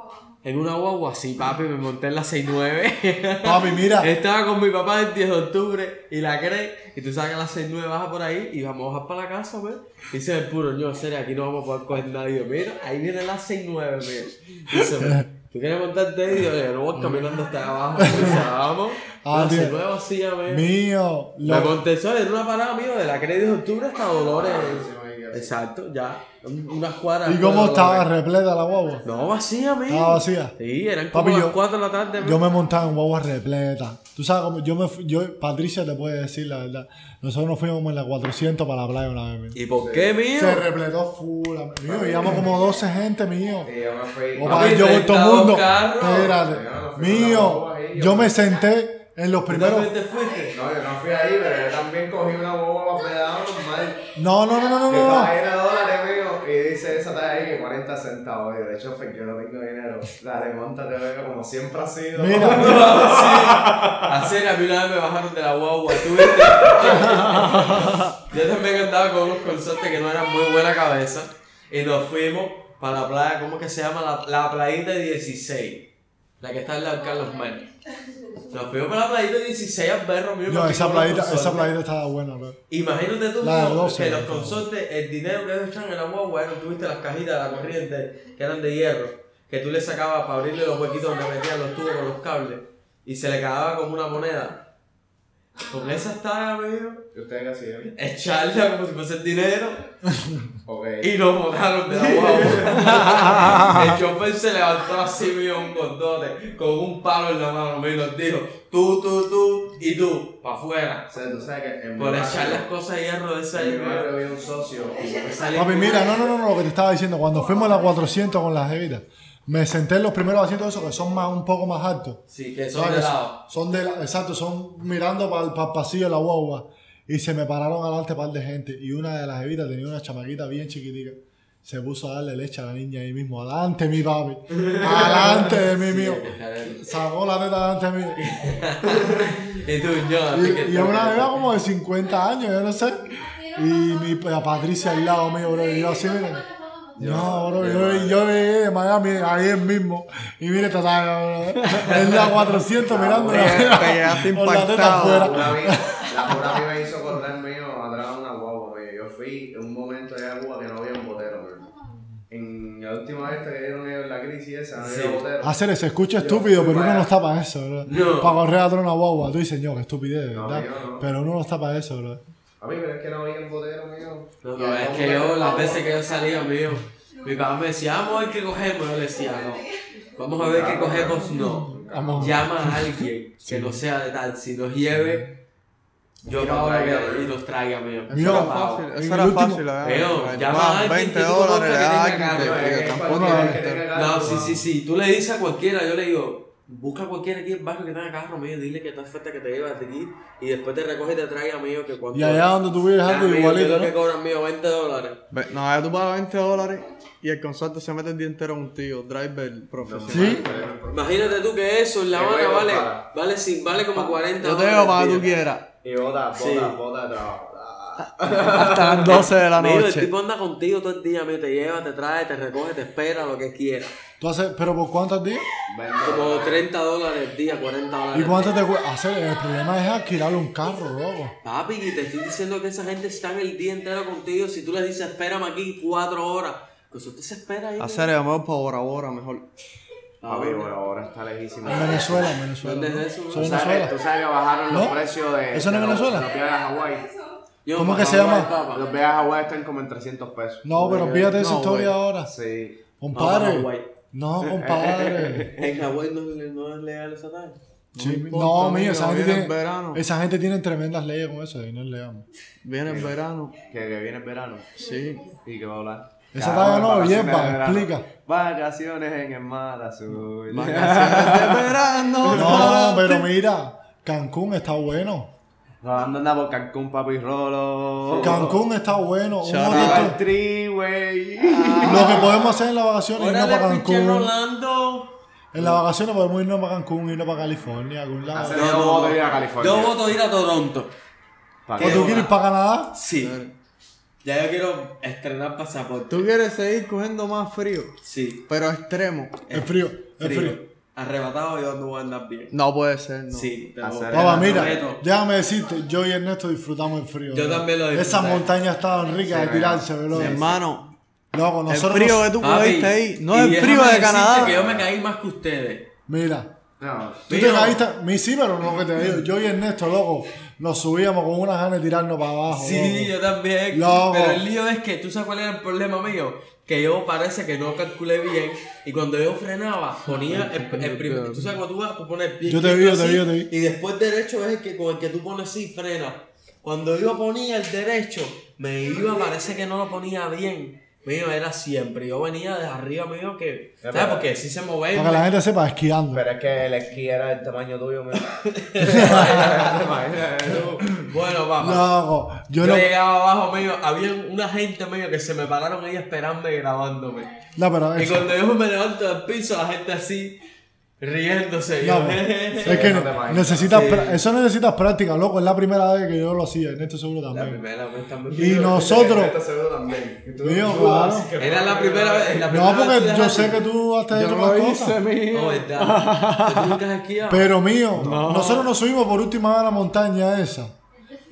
Speaker 1: En una guagua así, papi, me monté en la 69.
Speaker 3: Papi, mira,
Speaker 1: Estaba con mi papá el 10 de octubre y la cree. Y tú sabes que a las 69 baja por ahí y vamos a bajar para la casa, güey. Dice el puro, yo, serio, aquí no vamos a poder coger nadie. Mira, ahí viene las 69, mira. Dice, "Me, ¿tú quieres montarte ahí? Y yo, yo no voy caminando hasta abajo. Dice, vamos.
Speaker 3: Ah,
Speaker 1: las
Speaker 3: tío.
Speaker 1: 69 vacía, güey.
Speaker 3: mío,
Speaker 1: Me
Speaker 3: lo-
Speaker 1: monté solo en una parada, mío, de la cree 10 de octubre hasta Dolores.
Speaker 2: sí, sí.
Speaker 1: Exacto, ya. un- Unas cuadras.
Speaker 3: ¿y
Speaker 1: después de
Speaker 3: cómo estaba
Speaker 1: Dolores.
Speaker 3: repleta la guagua?
Speaker 1: No, vacía, mío.
Speaker 3: Estaba vacía.
Speaker 1: Sí, eran como
Speaker 3: Papi,
Speaker 1: las
Speaker 3: yo-
Speaker 1: 4 de la tarde,
Speaker 3: Yo
Speaker 1: mío.
Speaker 3: me montaba en guagua repleta. Tú sabes cómo yo me fui- yo Patricia te puede decir la verdad. Nosotros nos fuimos como en la 400 para la playa una vez. mío.
Speaker 1: ¿Y por qué, mío?
Speaker 3: Se repletó full, mío, íbamos como 12 gente, mío.
Speaker 2: Y Eh, yo me fui.
Speaker 1: Papi,
Speaker 3: O para yo con todo el mundo.
Speaker 1: 32 carros.
Speaker 3: Espérate.
Speaker 2: Yo no fui con la
Speaker 3: Mío,
Speaker 2: guagua ahí, yo
Speaker 3: yo me senté en los primeros
Speaker 1: ¿Dónde te fuiste?
Speaker 2: No, yo no fui ahí, pero yo también cogí una boba pedada normal.
Speaker 3: No, no, no, no, no,
Speaker 2: Que
Speaker 3: no,
Speaker 2: estaba
Speaker 3: no.
Speaker 2: llena de dólares, amigo. Y dice esa talla ahí que 40 centavos. Yo, de hecho, pues, yo no tengo dinero. La remonta te veo como siempre ha sido.
Speaker 3: Mira,
Speaker 1: Sí, Hacer a mí una vez me bajaron de la guagua, tú viste. Yo también andaba con unos consortes que no eran muy buena cabeza. Y nos fuimos para la playa, ¿cómo que se llama? La, la playita 16. La que está en la Carlos Mario. Nos fuimos para la playita 16 al berro mío.
Speaker 3: No,
Speaker 1: me fui
Speaker 3: esa
Speaker 1: con los
Speaker 3: playita, esa
Speaker 1: consortes.
Speaker 3: playita estaba buena, bro.
Speaker 1: Imagínate tú
Speaker 3: La de
Speaker 1: mío,
Speaker 3: 12,
Speaker 1: que los
Speaker 3: ¿no?
Speaker 1: consortes, el dinero que ellos echaban en la guagua, eran, tuviste las cajitas de la corriente que eran de hierro, que tú le sacabas para abrirle los huequitos donde metían los tubos con los cables y se le cagaba como una moneda. Con esa estaba, amigo,
Speaker 2: ¿Y ustedes qué hacían?
Speaker 1: echarla como si fuese el dinero
Speaker 2: Ok.
Speaker 1: y nos botaron de la guagua. el chofer se levantó así, mío, un condote, con un palo en la mano, mío, y nos dijo, tú, tú, tú y tú, para afuera.
Speaker 2: O sea, tú sabes que en mi
Speaker 1: Por echar las
Speaker 2: barrio-
Speaker 1: cosas de hierro de esa
Speaker 2: en mi
Speaker 1: mío.
Speaker 2: barrio había un socio. y-
Speaker 1: Salí
Speaker 3: Papi,
Speaker 1: con-
Speaker 3: mira, no, no, no, no, lo que te estaba diciendo, cuando fuimos a la 400 con las jevitas, me senté en los primeros asientos esos que son más, un poco más altos.
Speaker 1: Sí, que son
Speaker 3: ¿Sabes?
Speaker 1: de lado.
Speaker 3: Son de la- exacto, son mirando para el, pasillo de la guagua. Y se me pararon adelante un par de gente. Y una de las jevitas tenía una chamaquita bien chiquitica. Se puso a darle leche a la niña ahí mismo. Adelante, mi papi. Adelante de mí, mío. Sacó la teta adelante de mí.
Speaker 1: Y tú, yo. así que
Speaker 3: Y, y es
Speaker 1: tú-
Speaker 3: una beba como de 50 años, yo no sé. Y mi la Patricia al lado mío, bro. Y yo así, mira. No, bro, yo, yo llegué de Miami ayer mismo. Y mire, esta tarde, bro. En la 400 mirando
Speaker 4: Te,
Speaker 3: la
Speaker 4: te quedaste
Speaker 3: con la teta
Speaker 4: impactado.
Speaker 3: afuera.
Speaker 2: Una vez, la pura me hizo correr mío atrás de una guagua, mío. Yo fui en un momento allá a Cuba que no había un botero, mío. En la última vez que dieron ellos la crisis esa, no había
Speaker 1: Sí.
Speaker 2: botero.
Speaker 3: Hacer Ah, se escucha estúpido, pero uno no está para eso, bro.
Speaker 1: No.
Speaker 3: Para correr atrás de una guagua. Tú dices, yo, qué estupidez,
Speaker 2: No,
Speaker 3: ¿verdad?
Speaker 2: yo no.
Speaker 3: Pero uno no está para eso, bro.
Speaker 2: A mí, pero es que no había un botero, mío.
Speaker 1: No, no, es que yo, las veces que yo salía, mío, mi papá me decía, vamos a ver qué cogemos. Yo le decía, no. Vamos a ver qué cogemos, no.
Speaker 3: Vamos.
Speaker 1: Llama a alguien que no sea de tal, si nos lleve, yo
Speaker 2: Y nos
Speaker 1: pago lo que-
Speaker 2: traiga,
Speaker 1: y nos traiga, mío.
Speaker 3: Mío,
Speaker 1: Yo
Speaker 4: Eso era
Speaker 1: pago.
Speaker 4: fácil,
Speaker 3: en
Speaker 4: eso era
Speaker 3: el último-
Speaker 4: fácil. la verdad.
Speaker 1: Veo, llama
Speaker 4: Vas,
Speaker 1: a alguien
Speaker 4: 20
Speaker 1: que tú
Speaker 4: dólares,
Speaker 1: conozcas que
Speaker 4: ah,
Speaker 1: tenga
Speaker 4: que te-
Speaker 1: carro,
Speaker 4: que
Speaker 2: eh,
Speaker 4: tampoco
Speaker 2: cualquiera
Speaker 4: la-
Speaker 2: que tenga
Speaker 1: No,
Speaker 2: carro,
Speaker 1: sí,
Speaker 2: ah.
Speaker 1: sí, sí. Tú le dices a cualquiera, yo le digo, busca a cualquiera aquí en el barrio que tenga carro, mío, dile que está oferta que te lleva hasta aquí y después te recoge y te traiga, mío, que cuando...
Speaker 3: Y allá donde tú vives,
Speaker 1: Ah,
Speaker 3: algo
Speaker 1: mío,
Speaker 3: igualito,
Speaker 1: creo
Speaker 3: ¿no?
Speaker 1: que cobran, mío, 20 dólares.
Speaker 4: Ve- No, ya tú pagas 20 dólares y el consorte se mete el día entero a un tío, driver profesional.
Speaker 3: Sí.
Speaker 1: Imagínate tú que eso en La
Speaker 2: Que
Speaker 1: Habana
Speaker 2: bueno,
Speaker 1: vale,
Speaker 2: para.
Speaker 1: vale, sin- vale
Speaker 3: Ah,
Speaker 1: como 40
Speaker 4: Yo te
Speaker 1: dólares.
Speaker 4: veo para que tú
Speaker 1: tío.
Speaker 4: quieras.
Speaker 2: Y bota, bota,
Speaker 1: Sí.
Speaker 2: bota de trabajo. Ah.
Speaker 4: Hasta las 12 de la
Speaker 1: Mío, el
Speaker 4: noche.
Speaker 1: tipo anda contigo todo el día, mío, te lleva, te trae, te recoge, te espera, lo que quiera.
Speaker 3: Tú haces, pero por cuántos días?
Speaker 2: Vendo.
Speaker 1: Como 30 dólares al día, 40 dólares.
Speaker 3: ¿Y
Speaker 1: al
Speaker 3: cuánto
Speaker 1: día.
Speaker 3: te cuesta? Hacer, el problema es alquilar un carro, loco.
Speaker 1: Papi, y te estoy diciendo que esa gente está el día entero contigo. Si tú les dices, espérame aquí cuatro horas, pues usted se espera ahí.
Speaker 4: Hacer llamado para Bora Bora mejor.
Speaker 1: Ah,
Speaker 2: Papi,
Speaker 1: bueno.
Speaker 2: por ahora está lejísimo.
Speaker 3: En Venezuela, en Venezuela.
Speaker 1: ¿Dónde es
Speaker 3: ¿no?
Speaker 1: eso?
Speaker 3: Soy
Speaker 2: ¿Tú
Speaker 1: ¿En
Speaker 2: sabes, tú
Speaker 3: Venezuela.
Speaker 2: sabes que bajaron los
Speaker 3: ¿No?
Speaker 2: precios de.
Speaker 3: ¿Eso no
Speaker 2: de
Speaker 3: es
Speaker 2: los-
Speaker 3: Venezuela?
Speaker 2: Los viajes a Hawái.
Speaker 1: Yo,
Speaker 3: ¿Cómo
Speaker 1: papá,
Speaker 3: que se
Speaker 1: papá,
Speaker 3: llama?
Speaker 1: papá.
Speaker 2: Los viajes a Hawái están como en 300 pesos.
Speaker 3: No, pero fíjate esa
Speaker 4: No,
Speaker 3: historia
Speaker 4: güey.
Speaker 3: ahora.
Speaker 2: Sí.
Speaker 1: Vamos a Hawái.
Speaker 3: Compadre. No, compadre.
Speaker 1: En Hawái no, no es legal esa tarde.
Speaker 3: Sí,
Speaker 4: importa,
Speaker 3: no, mío,
Speaker 4: amigo,
Speaker 3: esa gente,
Speaker 4: viene
Speaker 3: tiene,
Speaker 4: en verano.
Speaker 3: esa gente tiene tremendas leyes con eso, y no leamos.
Speaker 4: Viene el verano.
Speaker 2: Que, que viene el verano.
Speaker 4: Sí.
Speaker 2: ¿Y que va a hablar?
Speaker 3: Esa
Speaker 2: Cabrón,
Speaker 3: talla no,
Speaker 2: vacaciones
Speaker 3: hierba,
Speaker 2: de verano.
Speaker 3: explica.
Speaker 2: Vacaciones en el mar azul.
Speaker 4: Vacaciones de verano.
Speaker 3: No, pero mira, Cancún está bueno.
Speaker 2: Rodando anda por Cancún, papi Rolo.
Speaker 3: Cancún está bueno. Un
Speaker 4: Shout
Speaker 2: Arriba el
Speaker 3: hotel-
Speaker 2: triway.
Speaker 3: Lo que podemos hacer en las vacaciones es irnos para
Speaker 1: Órale, pinche
Speaker 3: Cancún.
Speaker 1: Rolando.
Speaker 3: En las vacaciones podemos irnos para Cancún, irnos para California, a algún lado.
Speaker 2: Hacer- Yo voto ir a California.
Speaker 1: Yo voto ir a Toronto.
Speaker 2: Pa'
Speaker 3: ¿O
Speaker 2: que-
Speaker 3: tú quieres ir para Canadá?
Speaker 1: Sí. Ya yo quiero estrenar pasaporte.
Speaker 4: Tú quieres seguir cogiendo más frío,
Speaker 1: Sí.
Speaker 4: pero extremo.
Speaker 3: Es frío, es frío.
Speaker 1: Arrebatado yo no voy a andar bien.
Speaker 4: No puede ser, no.
Speaker 1: Sí, te
Speaker 2: Hacer-
Speaker 1: lo
Speaker 3: Papá,
Speaker 2: Te
Speaker 3: mira,
Speaker 1: prometo.
Speaker 3: déjame decirte, yo y Ernesto disfrutamos el frío.
Speaker 1: Yo
Speaker 3: ¿no?
Speaker 1: también lo disfruté.
Speaker 3: Esas montañas estaban ricas de
Speaker 2: Sí,
Speaker 3: tirarse, bro.
Speaker 4: Mi Hermano,
Speaker 3: Loco,
Speaker 4: el
Speaker 3: nosotros...
Speaker 4: frío que tú
Speaker 1: Papi,
Speaker 4: cogiste ahí no
Speaker 1: y
Speaker 4: es el
Speaker 1: déjame
Speaker 4: frío de
Speaker 1: decirte
Speaker 4: Canadá.
Speaker 1: que yo me caí más que ustedes.
Speaker 3: Mira,
Speaker 2: No.
Speaker 3: Tú te
Speaker 1: Pero-
Speaker 3: caíste, mi sí, pero no que te digo. Yo y Ernesto, loco, nos subíamos con unas ganas de tirarnos para abajo.
Speaker 1: Sí, yo
Speaker 3: loco.
Speaker 1: también.
Speaker 3: Loco.
Speaker 1: Pero el lío es que, ¿tú sabes cuál era el problema mío? Que yo parece que no calculé bien y cuando yo frenaba ponía el, el primer... Tú sabes cuando tú vas, tú pones el pie
Speaker 3: Yo te vi,
Speaker 1: izquierdo
Speaker 3: yo te
Speaker 1: así,
Speaker 3: vi, yo te vi.
Speaker 1: Y después derecho es el que con el que tú pones así frena. Cuando yo ponía el derecho, me iba, parece que no lo ponía bien. Mío, era siempre. Yo venía de arriba mío que... ¿Sabes?
Speaker 2: verdad.
Speaker 1: Porque si se movía...
Speaker 3: Para que la gente sepa, esquiando.
Speaker 2: Pero es que el esquí era el tamaño tuyo, mira.
Speaker 1: Bueno, papá.
Speaker 3: Loco,
Speaker 1: Yo,
Speaker 3: yo no.
Speaker 1: llegaba abajo, medio, había una gente medio que se me pararon ahí esperando y grabándome.
Speaker 3: No, pero
Speaker 1: Y
Speaker 3: es,
Speaker 1: cuando yo me levanto del piso, la gente así, riéndose. y
Speaker 3: no,
Speaker 1: yo,
Speaker 3: pero-
Speaker 1: "Jejeje".
Speaker 3: es que
Speaker 2: no te imaginas.
Speaker 3: necesitas,
Speaker 1: Sí.
Speaker 3: pra- eso necesitas práctica, loco. Es la primera vez que yo lo hacía, Ernesto seguro
Speaker 1: La
Speaker 3: también.
Speaker 1: primera vez también.
Speaker 3: Y nosotros.
Speaker 2: Esto seguro también. Y tú-
Speaker 3: Mío,
Speaker 2: tú,
Speaker 3: claro.
Speaker 2: así que-
Speaker 1: Era la primera vez. La primera
Speaker 3: No,
Speaker 1: vez
Speaker 3: porque
Speaker 1: que
Speaker 3: yo
Speaker 1: dejaste-
Speaker 3: sé que tú has
Speaker 4: Yo
Speaker 3: hecho
Speaker 4: no
Speaker 3: más
Speaker 4: lo hice,
Speaker 3: cosas.
Speaker 4: mijo.
Speaker 1: No, verdad. ¿Tú nunca has esquiado?
Speaker 3: Pero mío, nosotros nos subimos por última vez a la montaña esa.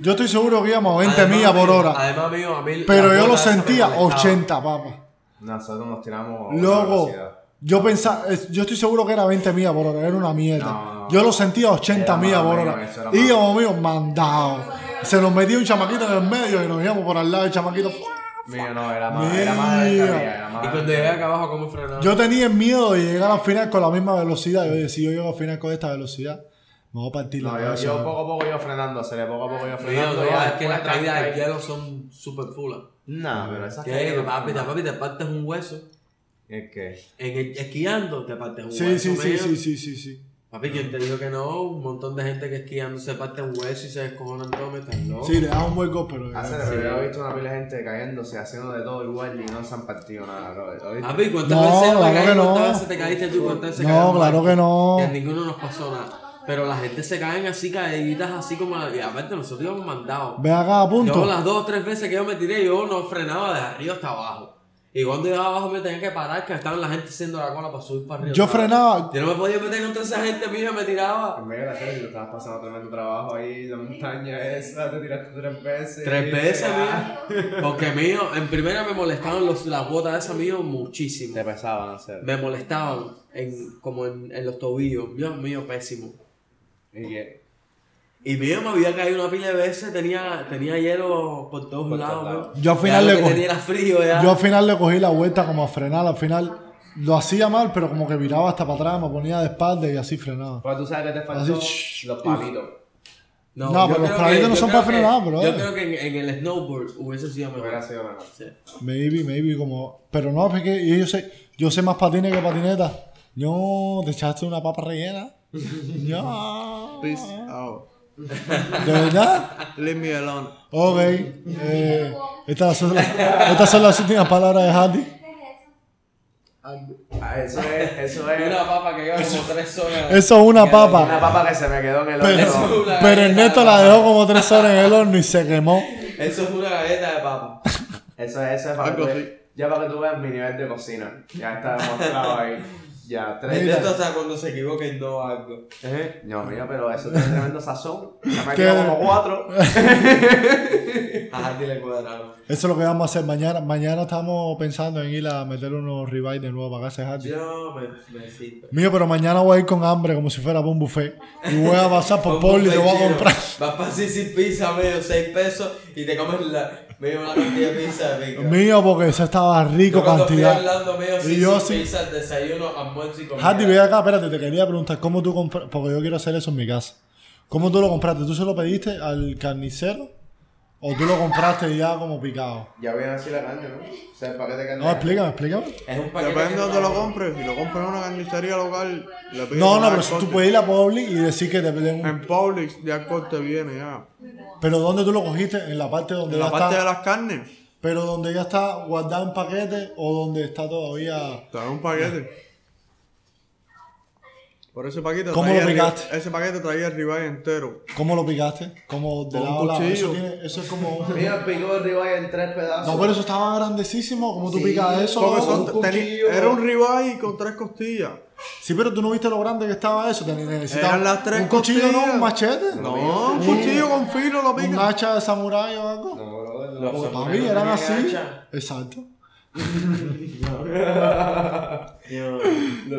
Speaker 3: Yo estoy seguro que íbamos a 20
Speaker 1: Además,
Speaker 3: millas por
Speaker 2: eh,
Speaker 1: mío,
Speaker 3: hora.
Speaker 1: Además, mío, a mí.
Speaker 3: pero
Speaker 1: la
Speaker 3: yo lo
Speaker 1: bola esa me
Speaker 3: sentía
Speaker 1: molestaba.
Speaker 3: 80, papá.
Speaker 2: Nosotros nos tiramos. a una
Speaker 3: Loco,
Speaker 2: velocidad.
Speaker 3: yo pensaba, es- yo estoy seguro que era 20 millas por hora, era una mierda.
Speaker 2: No.
Speaker 3: yo lo sentía 80
Speaker 2: Era
Speaker 3: millas
Speaker 2: más,
Speaker 3: por
Speaker 2: amigo,
Speaker 3: hora.
Speaker 2: eso era
Speaker 3: Y
Speaker 2: más.
Speaker 3: como mío, mandado. Se nos metía un chamaquito en el medio y nos íbamos por al lado del chamaquito.
Speaker 2: Mío, no, era más. Era más de
Speaker 3: Mío.
Speaker 2: carrera, era más
Speaker 1: Y
Speaker 2: de-
Speaker 1: cuando llegué acá abajo, ¿cómo frenaba?
Speaker 3: Yo tenía miedo de llegar al final con la misma velocidad. Yo decía, si yo llego al final con esta velocidad, me voy a partir la
Speaker 2: No, yo,
Speaker 3: cabeza.
Speaker 2: yo poco a poco iba frenando, se le poco a poco iba
Speaker 1: Mío,
Speaker 2: frenando.
Speaker 1: no,
Speaker 2: ya
Speaker 1: es que las
Speaker 2: después
Speaker 1: caídas
Speaker 2: tranca
Speaker 1: de
Speaker 2: y-
Speaker 1: hielo son súper fulas.
Speaker 2: No, pero esas
Speaker 1: Que
Speaker 2: caídas.
Speaker 1: papi, te- papi, te partes un hueso.
Speaker 2: Es que.
Speaker 1: En el, esquiando te partes un
Speaker 2: pues,
Speaker 1: hueso.
Speaker 3: sí, sí, sí,
Speaker 1: medio.
Speaker 3: sí, sí, sí, sí.
Speaker 1: Papi, ¿quién te dijo que no? Un montón de gente que esquiando se parte un hueso y se descojonan todo, me estás loco.
Speaker 3: Sí, le daba un buen gol, pero...
Speaker 2: Hace pero yo he visto una pila de gente cayéndose, haciendo de todo igual y no se han partido nada, bro. ¿Lo viste?
Speaker 1: Papi, ¿cuántas
Speaker 3: No,
Speaker 1: veces
Speaker 3: claro
Speaker 1: me caí?
Speaker 3: que no.
Speaker 1: ¿Cuántas veces te caíste tú? ¿Cuántas veces
Speaker 3: No,
Speaker 1: caímos?
Speaker 3: claro que no.
Speaker 1: Y a ninguno nos pasó nada. Pero la gente se caen así, caídas así como... la- Y aparte nosotros íbamos mandados.
Speaker 3: Ve acá a
Speaker 1: Yo
Speaker 3: punto.
Speaker 1: las dos o tres veces que yo me tiré, yo no frenaba de arriba hasta abajo. Y cuando llegaba abajo me tenía que parar, que estaban la gente haciendo la cola para subir para arriba.
Speaker 3: Yo
Speaker 1: ¿sabes?
Speaker 3: frenaba.
Speaker 1: Yo no me podía meter contra esa gente, mija, me tiraba.
Speaker 2: En medio de la serie, tú estabas pasando tremendo trabajo ahí, la montaña esa, te tiraste tres veces.
Speaker 1: Tres veces,
Speaker 2: Ah.
Speaker 1: mío. Porque mío, en primera me molestaban los, las botas esas mío muchísimo.
Speaker 2: Te pesaban, no sé.
Speaker 1: Me molestaban en, como en, en los tobillos. Dios mío, pésimo.
Speaker 2: Y que.
Speaker 1: Y mío, me había caído una pila de veces, tenía, tenía hielo por todos
Speaker 2: Por todos
Speaker 1: lados.
Speaker 2: lados.
Speaker 1: mío.
Speaker 3: Yo al
Speaker 1: Ya
Speaker 3: final
Speaker 1: lo
Speaker 3: le
Speaker 1: que
Speaker 3: cogí-
Speaker 1: tenía era frío ya.
Speaker 3: Yo al final le cogí la vuelta como a frenar, al final lo hacía mal, pero como que miraba hasta para atrás, me ponía de espalda y así frenaba.
Speaker 2: Pues tú sabes que te faltó
Speaker 3: shh,
Speaker 2: los palitos.
Speaker 3: No,
Speaker 1: yo
Speaker 3: pero los
Speaker 1: creo
Speaker 3: palitos
Speaker 1: que-
Speaker 3: no
Speaker 1: yo
Speaker 3: son
Speaker 1: creo
Speaker 3: para
Speaker 1: que-
Speaker 3: frenar, bro.
Speaker 1: Yo creo que en, en el snowboard hubiese sido
Speaker 2: Hubiera
Speaker 1: mejor.
Speaker 2: sido mejor.
Speaker 1: Sí.
Speaker 3: Maybe, maybe, como. Pero no, porque yo, yo sé, yo sé más patines que patineta. No, te echaste una papa rellena. No.
Speaker 4: Peace out.
Speaker 3: ¿De verdad?
Speaker 4: Leave me alone.
Speaker 3: Ok. eh, estas, son las, estas son las últimas palabras de Hardy.
Speaker 2: Ah, Eso es, eso es.
Speaker 1: Una papa que lleva como tres horas.
Speaker 3: Eso es una
Speaker 2: Una
Speaker 3: papa.
Speaker 2: papa que se me quedó en el
Speaker 1: Eso.
Speaker 2: horno.
Speaker 3: Pero, pero Ernesto la dejó como tres horas en el horno y se quemó.
Speaker 1: Eso es una galleta de papa.
Speaker 2: Eso es, eso es para que
Speaker 4: Algo
Speaker 2: tú-
Speaker 4: así.
Speaker 2: Ya para que tú veas mi nivel de cocina. Ya está demostrado ahí. Ya, tres.
Speaker 3: Mira.
Speaker 1: Ernesto, Este, o sea, cuando se equivoca y no algo.
Speaker 2: Ajá. No, mira, pero eso es tremendo sazón. Ya me
Speaker 3: ¿Qué?
Speaker 2: quedo como cuatro.
Speaker 1: Ajá, dile cuadrado.
Speaker 3: Eso es lo que vamos a hacer mañana. Mañana estamos pensando en ir a meter unos ribeyes de nuevo para casa de Hardy.
Speaker 1: Yo me, me siento.
Speaker 3: Mío, pero mañana voy a ir con hambre como si fuera para un buffet. Y voy a pasar por
Speaker 1: Compra
Speaker 3: Poli y te voy a
Speaker 1: chino.
Speaker 3: comprar.
Speaker 1: Vas para sin Pizza, medio, 6 pesos y te comes la, medio una cantidad de pizza rica.
Speaker 3: Mío, porque eso estaba rico
Speaker 1: Yo cuando
Speaker 3: cantidad.
Speaker 1: Fui hablando medio
Speaker 3: Y yo sí.
Speaker 1: pizza, desayuno, almuerzo y comida.
Speaker 3: Hardy, ve acá, espérate, te quería preguntar cómo tú compraste, porque yo quiero hacer eso en mi casa. ¿Cómo tú lo compraste? ¿Tú se lo pediste al carnicero? ¿O tú lo compraste ya como picado?
Speaker 2: Ya viene así la carne, ¿no? O sea, el paquete de carne.
Speaker 3: No, explícame, explícame.
Speaker 1: Es un paquete.
Speaker 4: Depende de
Speaker 1: que
Speaker 4: dónde lo
Speaker 1: no-
Speaker 4: compres. Si lo compras en una carnicería local, le pides
Speaker 3: No,
Speaker 4: un
Speaker 3: no, pero
Speaker 4: al
Speaker 3: si
Speaker 4: corte.
Speaker 3: tú puedes ir a Publi y decir que te piden un...
Speaker 4: En Publix ya el corte viene ya.
Speaker 3: Pero ¿dónde tú lo cogiste? En la parte donde
Speaker 4: En la
Speaker 3: ya
Speaker 4: parte
Speaker 3: está...
Speaker 4: de las carnes,
Speaker 3: Pero donde ya está guardado en paquete o donde está todavía...
Speaker 4: te dan un paquete. Por ese paquete
Speaker 3: ¿Cómo
Speaker 4: traía
Speaker 3: lo
Speaker 4: el ri-
Speaker 3: picaste?
Speaker 4: Ese paquete traía el ribeye entero.
Speaker 3: ¿Cómo lo picaste? ¿Cómo de
Speaker 4: Con un
Speaker 3: lado a lado? Eso,
Speaker 4: cuchillo.
Speaker 3: tiene- eso es como... un-
Speaker 2: Mira, el pico de ribeye en tres pedazos.
Speaker 3: No, pero eso estaba grandísimo. ¿Cómo tú
Speaker 2: Sí,
Speaker 3: picas eso?
Speaker 4: Porque
Speaker 3: loco?
Speaker 4: son-
Speaker 2: un
Speaker 4: teni-
Speaker 2: cuchillo.
Speaker 4: era un ribeye con tres costillas.
Speaker 3: Sí, pero tú no viste lo grande que estaba eso. Te necesitabas
Speaker 4: Eran las tres
Speaker 3: un cuchillo,
Speaker 4: costillas.
Speaker 3: ¿no? Un machete.
Speaker 4: No, un cuchillo con filo lo
Speaker 3: Un
Speaker 4: pica.
Speaker 3: hacha de samurái o algo.
Speaker 2: No, bro, no.
Speaker 1: Los
Speaker 3: Como
Speaker 1: samuráis
Speaker 3: papi,
Speaker 1: no
Speaker 3: eran
Speaker 1: tenían
Speaker 3: así.
Speaker 1: hacha.
Speaker 3: Exacto.
Speaker 2: Los
Speaker 1: Es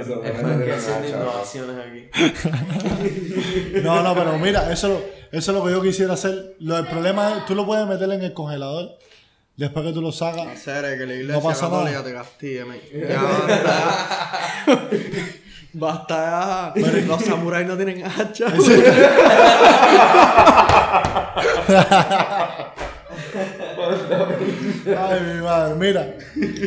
Speaker 2: samuráis
Speaker 1: para que
Speaker 2: tienen
Speaker 1: haciendo
Speaker 2: hacha.
Speaker 1: innovaciones aquí.
Speaker 3: No, no, pero mira, eso, eso es lo que yo quisiera hacer. Lo, el problema es, tú lo puedes meter en el congelador después que tú lo sacas.
Speaker 4: Hacer que la iglesia
Speaker 3: No pasa nada.
Speaker 4: católica te castigue, me. Ya basta. basta ya. los samuráis no tienen hacha.
Speaker 3: Ay, mi madre, mira.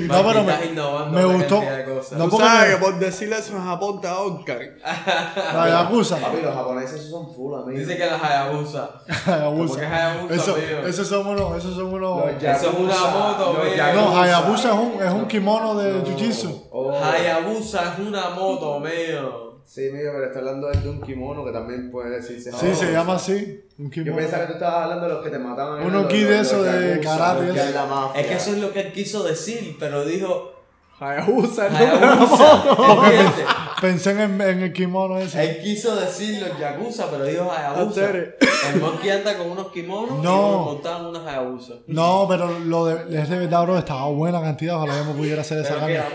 Speaker 3: No,
Speaker 1: Martín,
Speaker 3: pero
Speaker 1: estás innovando
Speaker 3: me, me
Speaker 1: una
Speaker 3: gustó.
Speaker 1: cantidad de cosas.
Speaker 3: No,
Speaker 4: Tú
Speaker 3: porque
Speaker 4: sabes que
Speaker 3: me,
Speaker 4: por decirle eso en Japón te ahorcan.
Speaker 3: la Yakuza.
Speaker 2: Papi, los japoneses esos son full, amigo.
Speaker 1: Dice que las Hayabusa.
Speaker 3: La
Speaker 1: Porque es
Speaker 3: Yakuza.
Speaker 1: Hayabusa,
Speaker 3: Eso,
Speaker 1: mío.
Speaker 3: esos son unos, esos son unos.
Speaker 2: Los
Speaker 1: Eso es una
Speaker 2: yakuza,
Speaker 1: moto,
Speaker 2: los
Speaker 1: ve.
Speaker 2: yakuza.
Speaker 3: No, Hayabusa es un, es un kimono de jiu-jitsu.
Speaker 2: Oh.
Speaker 1: Hayabusa es una moto, mío.
Speaker 2: Sí, mira, pero está hablando él de un kimono que también puede decirse. Oh,
Speaker 3: Sí, se llama así. Un
Speaker 2: Yo
Speaker 3: kimono.
Speaker 2: pensaba que tú estabas hablando de los que te mataban.
Speaker 3: Uno
Speaker 2: los-
Speaker 3: ki de
Speaker 2: los-
Speaker 3: eso
Speaker 2: los
Speaker 3: de
Speaker 2: yakuza,
Speaker 3: karate,
Speaker 2: los que
Speaker 3: eso.
Speaker 2: es la mafia.
Speaker 1: Es que eso es lo que él quiso decir, pero dijo
Speaker 4: Hayabusa, ¿no?
Speaker 1: Hayabusa. ¿entiendes?
Speaker 3: Pensé en, en el kimono ese.
Speaker 1: Él quiso decir los Yakuza, pero dijo Hayabusa.
Speaker 4: Hacer.
Speaker 1: El monkey anda con unos kimonos
Speaker 3: No.
Speaker 1: y nos montaban unas Hayabusa.
Speaker 3: No, pero lo de, es de verdad, bro, estaba buena cantidad. Ojalá yo me pudiera hacer esa
Speaker 1: Pero que la
Speaker 3: carne.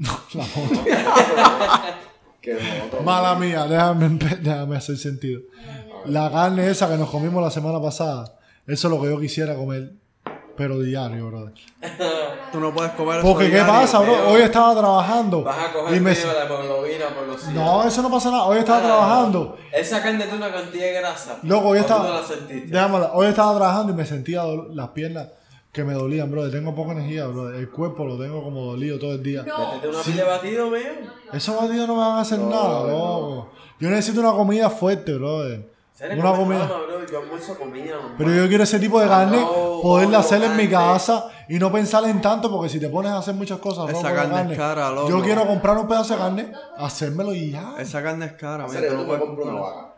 Speaker 1: moto.
Speaker 3: La moto.
Speaker 2: Qué moto.
Speaker 3: Mala mía, déjame, en pe- déjame hacer sentido. La carne esa que nos comimos la semana pasada, eso es lo que yo quisiera comer, pero diario, brother.
Speaker 4: Tú no puedes comer eso
Speaker 3: Porque, ¿qué
Speaker 4: diario.
Speaker 3: pasa, bro?
Speaker 1: veo.
Speaker 3: Hoy estaba trabajando.
Speaker 1: Vas a coger
Speaker 3: Y me...
Speaker 1: medio la hemoglobina por los hijos.
Speaker 3: No, eso no pasa nada. Hoy estaba trabajando.
Speaker 1: Esa carne tiene una cantidad de grasa.
Speaker 3: Loco, hoy
Speaker 1: ¿O tú
Speaker 3: estaba.
Speaker 1: no la sentiste.
Speaker 3: Déjamela. Hoy estaba trabajando y me sentía dol- las piernas que me dolían, brother. Tengo poca energía, brother. El cuerpo lo tengo como dolido todo el día.
Speaker 1: Métete una pila de batido, mío.
Speaker 3: Esos batidos no me van a hacer nada, loco. Yo necesito una comida fuerte, brother.
Speaker 1: ¿Sabes
Speaker 3: Una
Speaker 1: cómo me
Speaker 3: comida.
Speaker 1: mama, bro? Yo almuerzo comida. mamá.
Speaker 3: Pero yo quiero ese tipo de carne,
Speaker 1: No,
Speaker 3: poderla
Speaker 1: no,
Speaker 3: hacer en mi
Speaker 1: grande.
Speaker 3: casa y no pensar en tanto, porque si te pones a hacer muchas cosas,
Speaker 4: Esa
Speaker 3: loco, la
Speaker 4: carne es cara, loco.
Speaker 3: Yo quiero comprar un pedazo de carne, hacérmelo y ya.
Speaker 4: Esa carne es cara, mira,
Speaker 2: Hacer,
Speaker 4: tú
Speaker 2: yo
Speaker 4: no
Speaker 2: me
Speaker 4: puedes
Speaker 2: compro una
Speaker 4: comprar.
Speaker 2: vaca.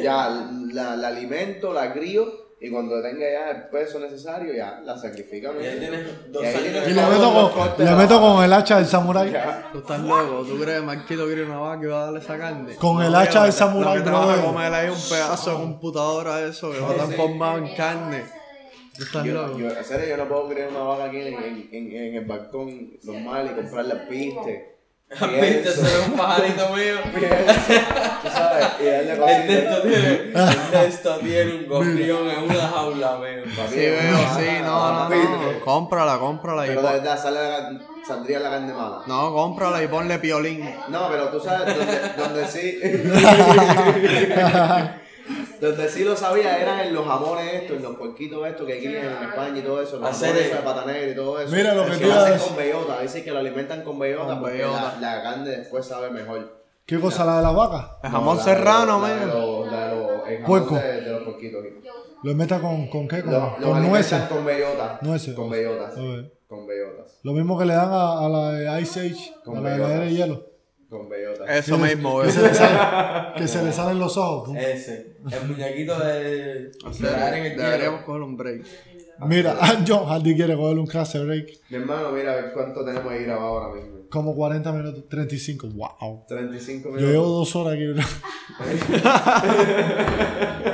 Speaker 2: Ya, la, la alimento, la crío. Y cuando tenga ya el peso necesario, ya la sacrifico. ¿no?
Speaker 1: Ya tienes dos
Speaker 2: Y ahí
Speaker 1: años
Speaker 2: tienes
Speaker 4: Eh,
Speaker 1: de-
Speaker 3: Y le
Speaker 2: todos
Speaker 3: meto
Speaker 2: los
Speaker 3: con,
Speaker 2: cortes
Speaker 3: le
Speaker 2: de
Speaker 3: meto
Speaker 2: la vaca.
Speaker 3: con el hacha del samurái.
Speaker 2: Ya.
Speaker 4: Tú estás loco, tú crees que Marquito quiere una vaca y va a darle esa carne.
Speaker 3: Con el
Speaker 4: No,
Speaker 3: hacha del
Speaker 4: mira, lo que-
Speaker 3: samurái,
Speaker 4: Lo que te vas
Speaker 3: brother.
Speaker 4: a comer ahí es un pedazo de computadora eso que va transformado en carne. Tú estás
Speaker 2: Yo,
Speaker 4: loco.
Speaker 2: yo, en serio, yo no puedo criar una vaca aquí en, en, en, en el balcón normal y comprarle piste.
Speaker 1: Viste,
Speaker 2: Pienso,
Speaker 1: se ve un pajarito mío.
Speaker 2: pienso, tú sabes, y darle cosita.
Speaker 1: Ernesto tiene, Ernesto tiene un gorrión en una jaula, mío.
Speaker 2: Papi,
Speaker 4: Sí, veo,
Speaker 2: una
Speaker 4: sí,
Speaker 2: vaca,
Speaker 4: no, no,
Speaker 2: piste.
Speaker 4: no. Cómprala, cómprala y
Speaker 2: Pero de
Speaker 4: pon-
Speaker 2: verdad, sale la, car- saldría la carne mala.
Speaker 4: No, cómprala y ponle piolín.
Speaker 2: No, pero tú sabes, donde, donde sí. donde sí lo sabía era en los jamones estos, en los puerquitos estos que aquí en España y todo eso, los
Speaker 1: Hacer
Speaker 2: jamones
Speaker 1: el-
Speaker 2: de pata negra y todo eso.
Speaker 3: Mira lo que
Speaker 2: que
Speaker 3: te iba a
Speaker 2: hacen
Speaker 3: decir.
Speaker 2: con bellota, dicen que lo alimentan con bellota
Speaker 4: Con
Speaker 2: porque
Speaker 4: bellota.
Speaker 2: La, la carne después sabe mejor.
Speaker 3: ¿Qué cosa la de las vacas?
Speaker 4: El jamón
Speaker 2: No, la de-
Speaker 4: serrano,
Speaker 2: la de
Speaker 4: men.
Speaker 2: los- la de los- el jamón
Speaker 3: Puerco.
Speaker 2: De, de los puerquitos aquí.
Speaker 3: ¿Lo meta con, con qué? Con,
Speaker 2: Los- los
Speaker 3: con
Speaker 2: alimentan
Speaker 3: nueces.
Speaker 2: Con bellota.
Speaker 3: Nueces.
Speaker 2: Con bellotas.
Speaker 3: Ok.
Speaker 2: Con bellotas.
Speaker 3: Lo mismo que le dan a, a la de Ice Age,
Speaker 2: Con
Speaker 3: a la de la era de hielo.
Speaker 2: Con bellotas.
Speaker 4: Eso mismo,
Speaker 3: Que
Speaker 4: güey.
Speaker 3: se le salen, que se le salen los ojos.
Speaker 4: Eh,
Speaker 1: Ese, el muñequito de. de
Speaker 4: Deberíamos
Speaker 1: Darren el Quiero.
Speaker 4: deberíamos coger un break.
Speaker 3: Mira,
Speaker 4: eh.
Speaker 3: John Hardy quiere coger un clase break.
Speaker 2: Mi hermano, mira, a ver cuánto tenemos ahí grabado ahora mismo.
Speaker 3: Como 40 minutos, 35. Wow.
Speaker 2: 35
Speaker 3: Yo llevo
Speaker 2: minutos.
Speaker 3: dos horas aquí, bro.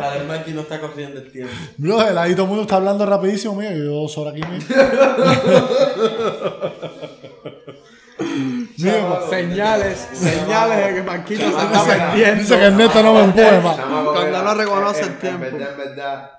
Speaker 1: Para el Mikey no está corriendo el tiempo.
Speaker 3: Bro, el ahí todo el mundo está hablando rapidísimo, mira, yo llevo dos horas aquí, mira. Mira,
Speaker 4: Señales, señales de que Marquito se está
Speaker 3: dice que
Speaker 4: perdiendo.
Speaker 3: Ernesto no me empuje, ma.
Speaker 2: Chamaco,
Speaker 4: Cuando
Speaker 2: mira,
Speaker 4: no reconoce
Speaker 2: en-
Speaker 4: el
Speaker 2: en-
Speaker 4: tiempo.
Speaker 2: En verdad, en verdad.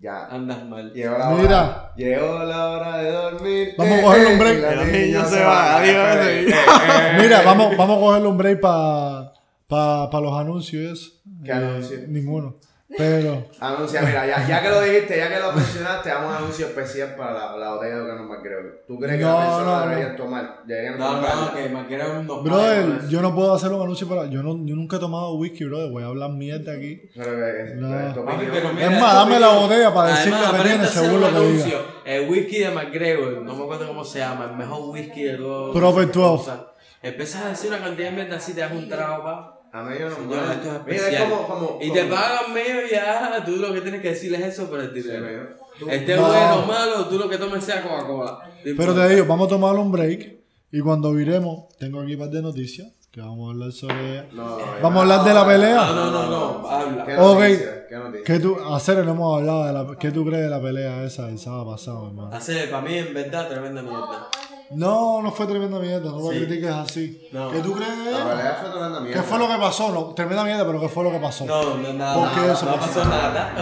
Speaker 2: Ya.
Speaker 1: Andas mal.
Speaker 2: Llegó la hora.
Speaker 3: Mira.
Speaker 2: Llegó la hora de dormir.
Speaker 3: Vamos a
Speaker 2: Eh,
Speaker 3: cogerle un
Speaker 2: eh,
Speaker 3: break.
Speaker 2: y la
Speaker 4: El
Speaker 2: niña
Speaker 4: niño se va, adiós,
Speaker 2: Eh,
Speaker 4: niño.
Speaker 2: eh, eh.
Speaker 3: Mira, vamos, vamos a cogerle un break para pa, pa los anuncios. y eso. Eh,
Speaker 2: ¿Qué anuncios?
Speaker 3: Ninguno. Pero,
Speaker 2: Anuncia, mira, ya, ya que lo dijiste, ya que lo mencionaste, damos un anuncio especial para la, la botella de Ocano McGregor. ¿Tú crees que
Speaker 3: No,
Speaker 2: la persona
Speaker 3: no, no.
Speaker 2: debería tomar? Deberían
Speaker 1: No,
Speaker 2: tomar.
Speaker 1: no, que me era un dos
Speaker 3: brother, yo no puedo hacer un anuncio para. Yo, no, yo nunca he tomado whisky, brother. Voy a hablar mierda aquí.
Speaker 2: Pero eh, pues, que- que
Speaker 3: No.
Speaker 2: tu
Speaker 1: Papi,
Speaker 2: opinión.
Speaker 1: pero mira,
Speaker 3: Es más,
Speaker 1: esto
Speaker 3: dame
Speaker 1: que
Speaker 3: la
Speaker 1: yo-
Speaker 3: botella para
Speaker 1: Además,
Speaker 3: decir lo que
Speaker 1: aprende
Speaker 3: tiene,
Speaker 1: a hacer
Speaker 3: según
Speaker 1: un
Speaker 3: lo que diga.
Speaker 1: anuncio. El whisky de McGregor, no me acuerdo cómo se llama, el mejor whisky de todo.
Speaker 3: Proper 12.
Speaker 1: Empiezas a decir una cantidad de mierda así, te das un trago, pa.
Speaker 2: A mí yo no
Speaker 1: Señor,
Speaker 2: me-
Speaker 1: esto es
Speaker 2: Mira,
Speaker 1: especial.
Speaker 2: como, como,
Speaker 1: Y te
Speaker 2: como-
Speaker 1: pagan medio ya, tú lo que tienes que decirles es eso para el
Speaker 2: Sí,
Speaker 1: dinero.
Speaker 2: mira. Tú-
Speaker 1: Este
Speaker 3: No.
Speaker 1: bueno o malo, tú lo que tomes sea Coca-Cola.
Speaker 3: Pero te digo, vamos a tomar un break. Y cuando viremos, tengo aquí un par de noticias. Que vamos a hablar sobre ella.
Speaker 2: No, no,
Speaker 3: Vamos a hablar de la
Speaker 1: No,
Speaker 3: pelea.
Speaker 1: no, no, no, habla.
Speaker 2: ¿Qué
Speaker 3: Ok.
Speaker 2: noticia? ¿Qué noticia?
Speaker 3: ¿Qué tú, hacer no hemos hablado de la, ¿Qué tú crees de la pelea esa del sábado pasado, hermano?
Speaker 1: Hacer, para mí en verdad, tremenda mierda.
Speaker 3: No, no fue tremenda mierda, no lo
Speaker 1: Sí.
Speaker 3: critiques así.
Speaker 1: No.
Speaker 3: ¿Qué tú crees de
Speaker 2: La
Speaker 3: ella?
Speaker 2: verdad fue tremenda mierda.
Speaker 3: ¿Qué fue lo que pasó? No, tremenda mierda, pero ¿qué fue lo que pasó?
Speaker 1: No, no, nada.
Speaker 3: ¿Por qué
Speaker 1: nada,
Speaker 3: eso
Speaker 1: no
Speaker 3: pasó?
Speaker 1: pasó nada.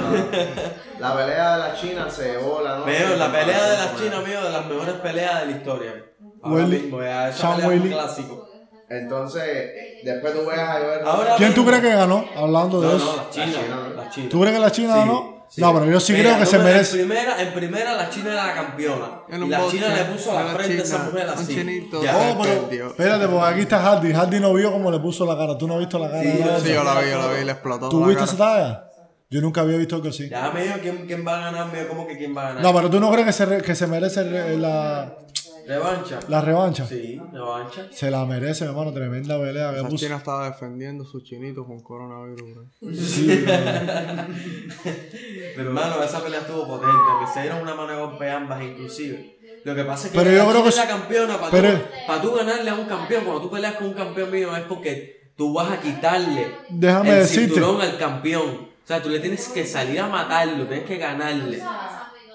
Speaker 2: La pelea de la China se llevó la noche.
Speaker 1: Pero la pelea de las chinas, amigo, de las mejores peleas de la historia. Ahora
Speaker 3: Welly.
Speaker 1: mismo, ya, esa
Speaker 3: Sean
Speaker 1: pelea es un
Speaker 3: Welly.
Speaker 1: clásico.
Speaker 2: Entonces, eh, después tú veas a Joel.
Speaker 1: Ahora-
Speaker 3: ¿Quién tú crees que ganó? Hablando
Speaker 1: No,
Speaker 3: de
Speaker 1: no,
Speaker 3: eso.
Speaker 1: las chinas,
Speaker 2: china,
Speaker 1: las chinas.
Speaker 3: ¿Tú crees que la China
Speaker 1: Sí,
Speaker 3: ganó?
Speaker 1: sí.
Speaker 3: No, pero yo sí
Speaker 1: Mira,
Speaker 3: creo que
Speaker 1: no,
Speaker 3: se
Speaker 1: pero
Speaker 3: merece.
Speaker 1: En primera, en primera la china era la campeona.
Speaker 4: En
Speaker 1: y
Speaker 4: un
Speaker 1: la
Speaker 4: boxeo,
Speaker 1: china le puso la
Speaker 4: una
Speaker 1: frente a esa
Speaker 4: china,
Speaker 1: mujer
Speaker 4: un
Speaker 1: así.
Speaker 4: chinito.
Speaker 1: Ya.
Speaker 3: Oh, pero
Speaker 4: Perdió.
Speaker 3: espérate, porque aquí está Hardy. Hardy no vio cómo le puso la cara. ¿Tú no has visto la cara? de la
Speaker 4: Sí,
Speaker 3: otra?
Speaker 4: yo la vi, yo la vi, le explotó.
Speaker 3: ¿Tú
Speaker 4: la
Speaker 3: viste
Speaker 4: cara.
Speaker 3: esa talla? Yo nunca había visto que sí.
Speaker 1: Ya, amigo, ¿quién, ¿quién va a ganar? Amigo, ¿cómo que quién va a ganar?
Speaker 3: No, pero ¿tú no crees que se, re- que se merece re- la,
Speaker 1: ¿Revancha?
Speaker 3: la revancha?
Speaker 1: Sí, revancha.
Speaker 3: Se la merece, mi hermano. Tremenda pelea que
Speaker 4: Esa
Speaker 3: puso.
Speaker 4: china estaba defendiendo sus chinitos con coronavirus, bro.
Speaker 1: Pero, hermano, esa pelea estuvo potente. Que se dieron una mano de golpe ambas, inclusive. Lo que pasa es que
Speaker 3: Pero
Speaker 1: la
Speaker 3: yo creo
Speaker 1: China
Speaker 3: que
Speaker 1: es la
Speaker 3: sí-
Speaker 1: campeona. Para,
Speaker 3: pero-
Speaker 1: tú, pa' tú ganarle a un campeón, cuando tú peleas con un campeón mío, es porque tú vas a quitarle
Speaker 3: Déjame
Speaker 1: el
Speaker 3: decirte.
Speaker 1: cinturón al campeón. O sea, tú le tienes que salir a matarlo, tienes que ganarle.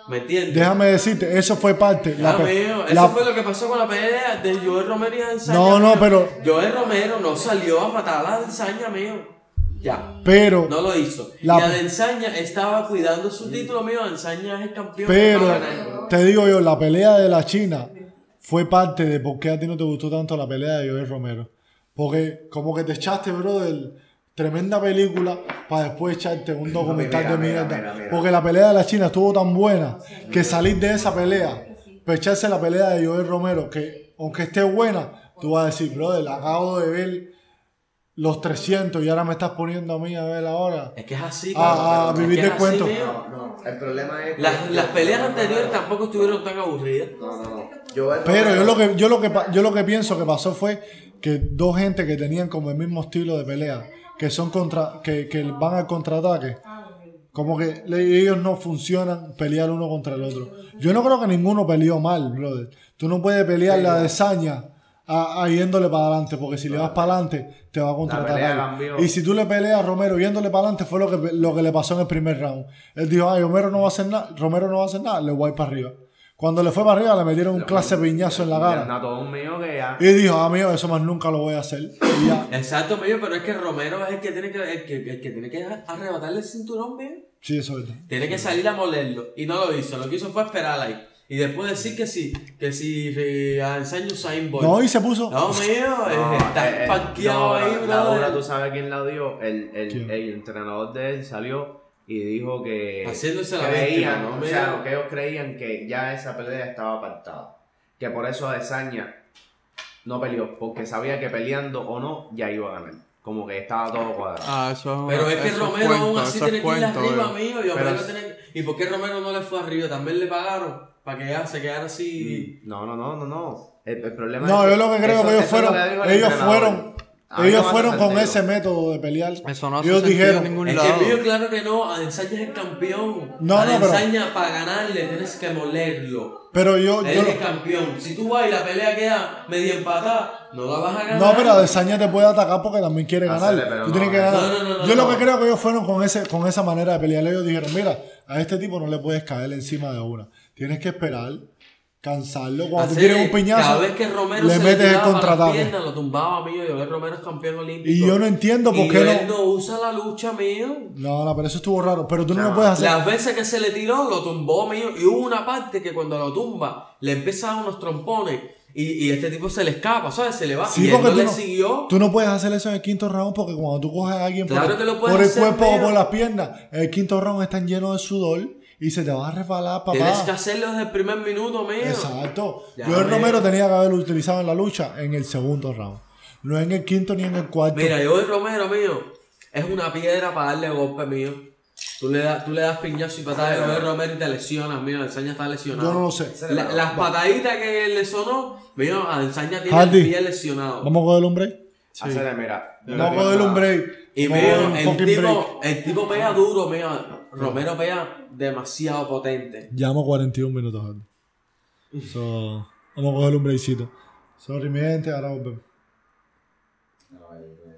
Speaker 1: ¿Me entiendes?
Speaker 3: Déjame decirte, eso fue parte.
Speaker 1: Ya,
Speaker 3: la pe-
Speaker 1: amigo, eso
Speaker 3: la-
Speaker 1: fue lo que pasó con la pelea de Joel Romero y Anzaña.
Speaker 3: No, no,
Speaker 1: amigo.
Speaker 3: pero-
Speaker 1: Joel Romero no salió a matar a la Anzaña, amigo. Ya.
Speaker 3: Pero,
Speaker 1: No lo hizo.
Speaker 3: La-
Speaker 1: Y Anzaña estaba cuidando su título, amigo. Anzaña es el campeón. que va a
Speaker 3: pero,
Speaker 1: ganar.
Speaker 3: te digo yo, la pelea de la China fue parte de por qué a ti no te gustó tanto la pelea de Joel Romero. Porque como que te echaste, brother, tremenda película para después echarte un documental
Speaker 2: mira,
Speaker 3: de
Speaker 2: mira,
Speaker 3: mierda.
Speaker 2: mira, mira.
Speaker 3: Porque la pelea de la China estuvo tan buena que salir de esa pelea, para echarse la pelea de Joel Romero, que aunque esté buena, tú vas a decir, brother, acabo de ver los 300 y ahora me estás poniendo a mí a ver ahora.
Speaker 1: Es que es así,
Speaker 3: Ah, ah,
Speaker 1: cabrón, es
Speaker 3: vivir
Speaker 1: que es
Speaker 3: de
Speaker 1: así,
Speaker 3: cuento.
Speaker 1: amigo.
Speaker 2: No, no, el problema es.
Speaker 1: Las, las peleas anteriores tampoco estuvieron tan aburridas.
Speaker 2: No, no, no. Joel
Speaker 3: Pero yo
Speaker 2: Romero-
Speaker 3: lo que yo lo que pa- yo lo que pienso que pasó fue que dos gente que tenían como el mismo estilo de pelea, que son contra que, que van al contraataque, como que le- ellos no funcionan pelear uno contra el otro. Yo no creo que ninguno peleó mal, brother. Tú no puedes pelear la de Saña a, a yéndole para adelante, porque si le vas para adelante te va a
Speaker 2: pelea
Speaker 3: contraatacar.
Speaker 2: cambió.
Speaker 3: Y si tú le peleas a Romero yéndole para adelante fue lo que lo que le pasó en el primer round. Él dijo, "Ay, Romero no va a hacer nada, Romero no va a hacer nada, le voy para arriba." Cuando le fue para arriba le metieron un clase piñazo en la
Speaker 2: Mira,
Speaker 3: cara.
Speaker 2: no, todo un mío que ya.
Speaker 3: Y dijo, amigo, eso más nunca lo voy a hacer. Y ya.
Speaker 1: Exacto, mío, pero es que Romero es el que tiene que, el que, el que tiene que arrebatarle el cinturón, mío.
Speaker 3: Sí, eso es verdad.
Speaker 1: Tiene que salir a molerlo. Y no lo hizo. Lo que hizo fue esperar ahí. Y después decir que sí. Que si eh, a ensayo Usain Bolt.
Speaker 3: No, y se puso.
Speaker 1: No, mío.
Speaker 2: No,
Speaker 1: eh, está
Speaker 2: eh, eh,
Speaker 1: espanqueado
Speaker 2: no,
Speaker 1: ahí,
Speaker 2: la-
Speaker 1: bro.
Speaker 2: La dura, tú sabes quién la dio. El,
Speaker 3: ¿Quién?
Speaker 2: el, el entrenador de él salió y dijo que.
Speaker 1: Haciéndose la
Speaker 2: creían,
Speaker 1: víctima, ¿no?
Speaker 2: o sea,
Speaker 1: Mira.
Speaker 2: que ellos creían que ya esa pelea estaba apartada. Que por eso Adesanya no peleó, porque sabía que peleando o no ya iba a ganar. Como que estaba todo cuadrado.
Speaker 4: Ah, eso es una-
Speaker 1: Pero es que
Speaker 4: eso
Speaker 1: Romero
Speaker 4: cuento,
Speaker 1: aún así
Speaker 4: eso
Speaker 1: tiene
Speaker 4: es
Speaker 1: que ir
Speaker 4: cuento,
Speaker 1: arriba,
Speaker 3: eh.
Speaker 4: bro.
Speaker 1: amigo. Y,
Speaker 2: Pero
Speaker 1: Romero
Speaker 2: es-
Speaker 1: tiene- ¿Y por qué Romero no le fue arriba? También le pagaron. Para que ya se quedara así.
Speaker 2: No, no, no, no, no. El, el problema
Speaker 3: No,
Speaker 2: es
Speaker 3: yo lo que creo
Speaker 2: eso-
Speaker 3: que ellos
Speaker 2: eso es lo
Speaker 3: fueron,
Speaker 2: que dijo el
Speaker 3: ellos
Speaker 2: entrenador.
Speaker 3: fueron
Speaker 2: A mí no
Speaker 3: Ellos
Speaker 2: me hace
Speaker 3: fueron con
Speaker 2: sentido.
Speaker 3: ese método de pelear.
Speaker 4: Eso no hace
Speaker 3: Ellos
Speaker 4: sentido
Speaker 3: dijeron,
Speaker 4: en ningún
Speaker 1: Es
Speaker 4: lado.
Speaker 1: que mío, claro que no. Adensaña es el campeón.
Speaker 3: Mm. No, no, pero-
Speaker 1: Adensaña, para ganarle tienes que molerlo.
Speaker 3: pero yo,
Speaker 1: Él
Speaker 3: yo
Speaker 1: es el campeón. Si tú vas y la pelea queda medio empatada, no la vas a ganar.
Speaker 3: no, pero Adesanya te puede atacar porque también quiere ganar.
Speaker 2: Hacerle, pero
Speaker 3: Tú
Speaker 2: no,
Speaker 3: tienes que
Speaker 2: no.
Speaker 3: ganar.
Speaker 1: No, no, no,
Speaker 3: yo
Speaker 1: no,
Speaker 3: lo que
Speaker 1: no.
Speaker 3: creo que ellos fueron con ese, con esa manera de pelear. Ellos dijeron, mira, a este tipo no le puedes caer encima de una. Tienes que esperar, cansarlo. Cuando tú
Speaker 1: Hacer-
Speaker 3: tienes un
Speaker 1: Cada
Speaker 3: piñazo,
Speaker 1: vez que Romero
Speaker 3: le
Speaker 1: se
Speaker 3: metes el
Speaker 1: tiraba para las
Speaker 3: contraataque.
Speaker 1: piernas, lo tumbaba a Mío y ver Romero es campeón olímpico.
Speaker 3: Y yo no entiendo por
Speaker 1: Y
Speaker 3: qué
Speaker 1: él
Speaker 3: no.
Speaker 1: no usa la lucha, Mío.
Speaker 3: No, no, pero eso estuvo raro. Pero tú no, lo
Speaker 2: No.
Speaker 3: puedes hacer.
Speaker 1: Las veces que se le tiró, lo tumbó mío. Y hubo una parte que cuando lo tumba, le empieza a dar unos trompones. Y, y este tipo se le escapa, ¿sabes? Se le va.
Speaker 3: Sí,
Speaker 1: y él
Speaker 3: porque
Speaker 1: no
Speaker 3: tú
Speaker 1: le
Speaker 3: no-
Speaker 1: siguió.
Speaker 3: Tú no puedes hacer eso en el quinto round porque cuando tú coges a alguien
Speaker 1: Claro
Speaker 3: por,
Speaker 1: que lo puedes
Speaker 3: por el
Speaker 1: hacer,
Speaker 3: cuerpo o
Speaker 1: pero-
Speaker 3: por las piernas, en el quinto round están llenos de sudor y se te va a resbalar,
Speaker 1: Tienes que
Speaker 3: papá.
Speaker 1: hacerlo desde el primer minuto, mío.
Speaker 3: Exacto.
Speaker 1: Ya
Speaker 3: Yo el
Speaker 1: ves.
Speaker 3: Romero tenía que haberlo utilizado en la lucha en el segundo round. No en el quinto ni en el cuarto.
Speaker 1: Mira, yo el Romero, mío, es una piedra para darle golpe, mío. Tú le, das, tú le das piñazo y patada a Joel Romero y te lesionas, mío. Ensaña está lesionado.
Speaker 3: Yo no lo sé.
Speaker 1: La- las pataditas que le sonó, mío, a Ensaña tiene
Speaker 3: Hardy.
Speaker 1: el pie lesionado.
Speaker 3: Vamos a coger un break.
Speaker 2: Hacerle, mira.
Speaker 3: Vamos a coger un break.
Speaker 1: Y
Speaker 3: Vamos a coger
Speaker 1: mío,
Speaker 3: un
Speaker 1: el
Speaker 3: fucking break.
Speaker 1: tipo, el tipo pega duro, mío. Romero pega demasiado potente.
Speaker 3: Llevamos 41 minutos. Hardy. So, vamos a coger un breakcito. Sorry, mi gente, ahora volvemos.
Speaker 2: No, yo-